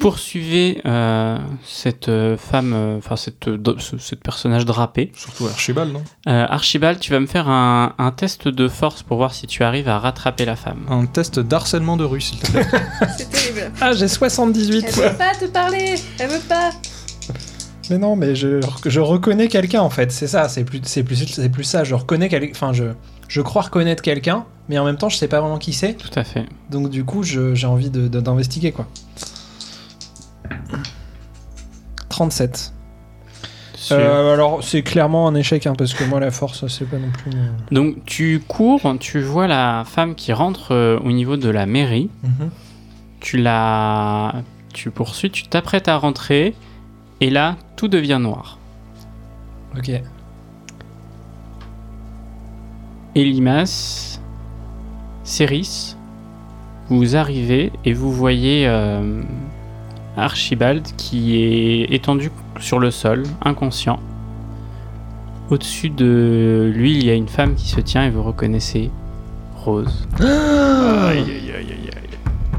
Speaker 3: poursuivez euh, cette euh, femme, euh, enfin cette, euh, do- ce cette personnage drapé.
Speaker 1: Surtout Archibald, non
Speaker 3: Euh, Archibald, tu vas me faire un, un test de force pour voir si tu arrives à rattraper la femme.
Speaker 1: Un test d'harcèlement de rue, s'il te plaît.
Speaker 2: C'est terrible.
Speaker 4: Ah j'ai 78.
Speaker 2: Elle veut pas te parler. Elle veut pas.
Speaker 4: Mais non, mais je, je reconnais quelqu'un en fait, c'est ça, c'est plus, c'est plus, c'est plus ça, je reconnais quelqu'un, enfin je, je crois reconnaître quelqu'un, mais en même temps je sais pas vraiment qui c'est,
Speaker 3: Tout à fait.
Speaker 4: donc du coup je- j'ai envie de- de- d'investiguer quoi. 37.
Speaker 3: Sur-
Speaker 4: Euh, alors c'est clairement un échec hein, parce que moi la force c'est pas non plus... mon-
Speaker 3: Donc euh,
Speaker 4: Mm-hmm.
Speaker 3: tu cours, tu vois la femme qui rentre euh, au niveau de la mairie. tu la. Tu poursuis, tu t'apprêtes à rentrer, et là, tout devient noir.
Speaker 4: Ok.
Speaker 3: Elimas, Céris, vous arrivez et vous voyez euh, Archibald qui est étendu sur le sol, inconscient. Au-dessus de lui, il y a une femme qui se tient et vous reconnaissez Rose.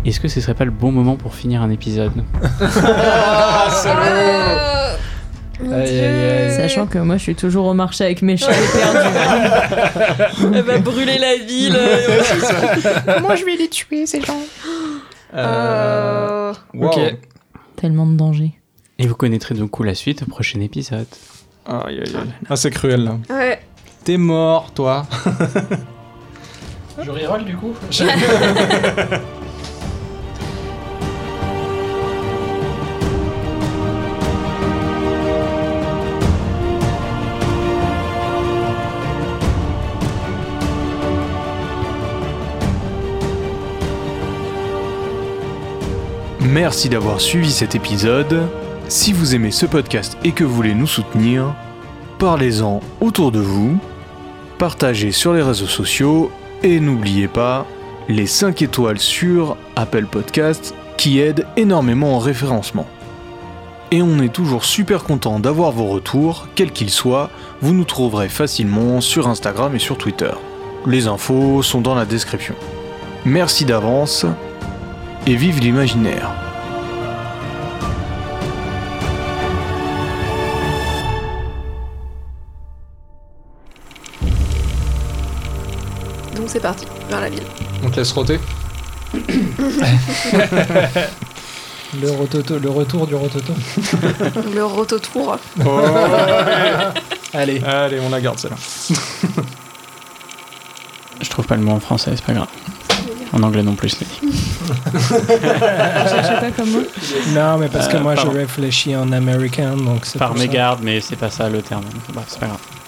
Speaker 3: Est-ce que ce serait pas le bon moment pour finir un épisode
Speaker 2: Ah, Oh mon
Speaker 4: Aïe,
Speaker 2: Dieu.
Speaker 4: aïe, aïe.
Speaker 5: Sachant que moi, je suis toujours au marché avec mes chats perdus. Elle va brûler la ville.
Speaker 2: Moi, je vais les tuer, ces gens. Euh...
Speaker 4: Ok.
Speaker 1: Wow.
Speaker 5: Tellement de danger.
Speaker 3: Et vous connaîtrez du coup la suite au prochain épisode.
Speaker 1: Aïe, aïe, aïe. Ah, c'est cruel là.
Speaker 2: Ouais.
Speaker 1: T'es mort, toi.
Speaker 4: Je reroll du coup
Speaker 6: Merci d'avoir suivi cet épisode. Si vous aimez ce podcast et que vous voulez nous soutenir, parlez-en autour de vous, partagez sur les réseaux sociaux et n'oubliez pas les 5 étoiles sur Apple Podcast qui aident énormément en référencement. Et on est toujours super content d'avoir vos retours, quels qu'ils soient, vous nous trouverez facilement sur Instagram et sur Twitter. Les infos sont dans la description. Merci d'avance et vive l'imaginaire.
Speaker 2: Donc, c'est parti, vers la ville.
Speaker 1: On te laisse roter.
Speaker 4: le, rototo, le retour du rototo.
Speaker 2: Le rototour.
Speaker 1: Oh.
Speaker 4: Allez.
Speaker 1: Allez, on la garde celle-là.
Speaker 3: Je trouve pas le mot en français, c'est pas grave. En anglais non plus, je l'ai dit.
Speaker 5: Je cherchais pas comme moi.
Speaker 4: Non, mais parce que
Speaker 3: Euh,
Speaker 4: moi
Speaker 3: pardon.
Speaker 4: je réfléchis en américain, donc c'est
Speaker 3: Par
Speaker 4: pour ça.
Speaker 3: mégarde, mais c'est pas ça le terme. Bref, c'est pas grave.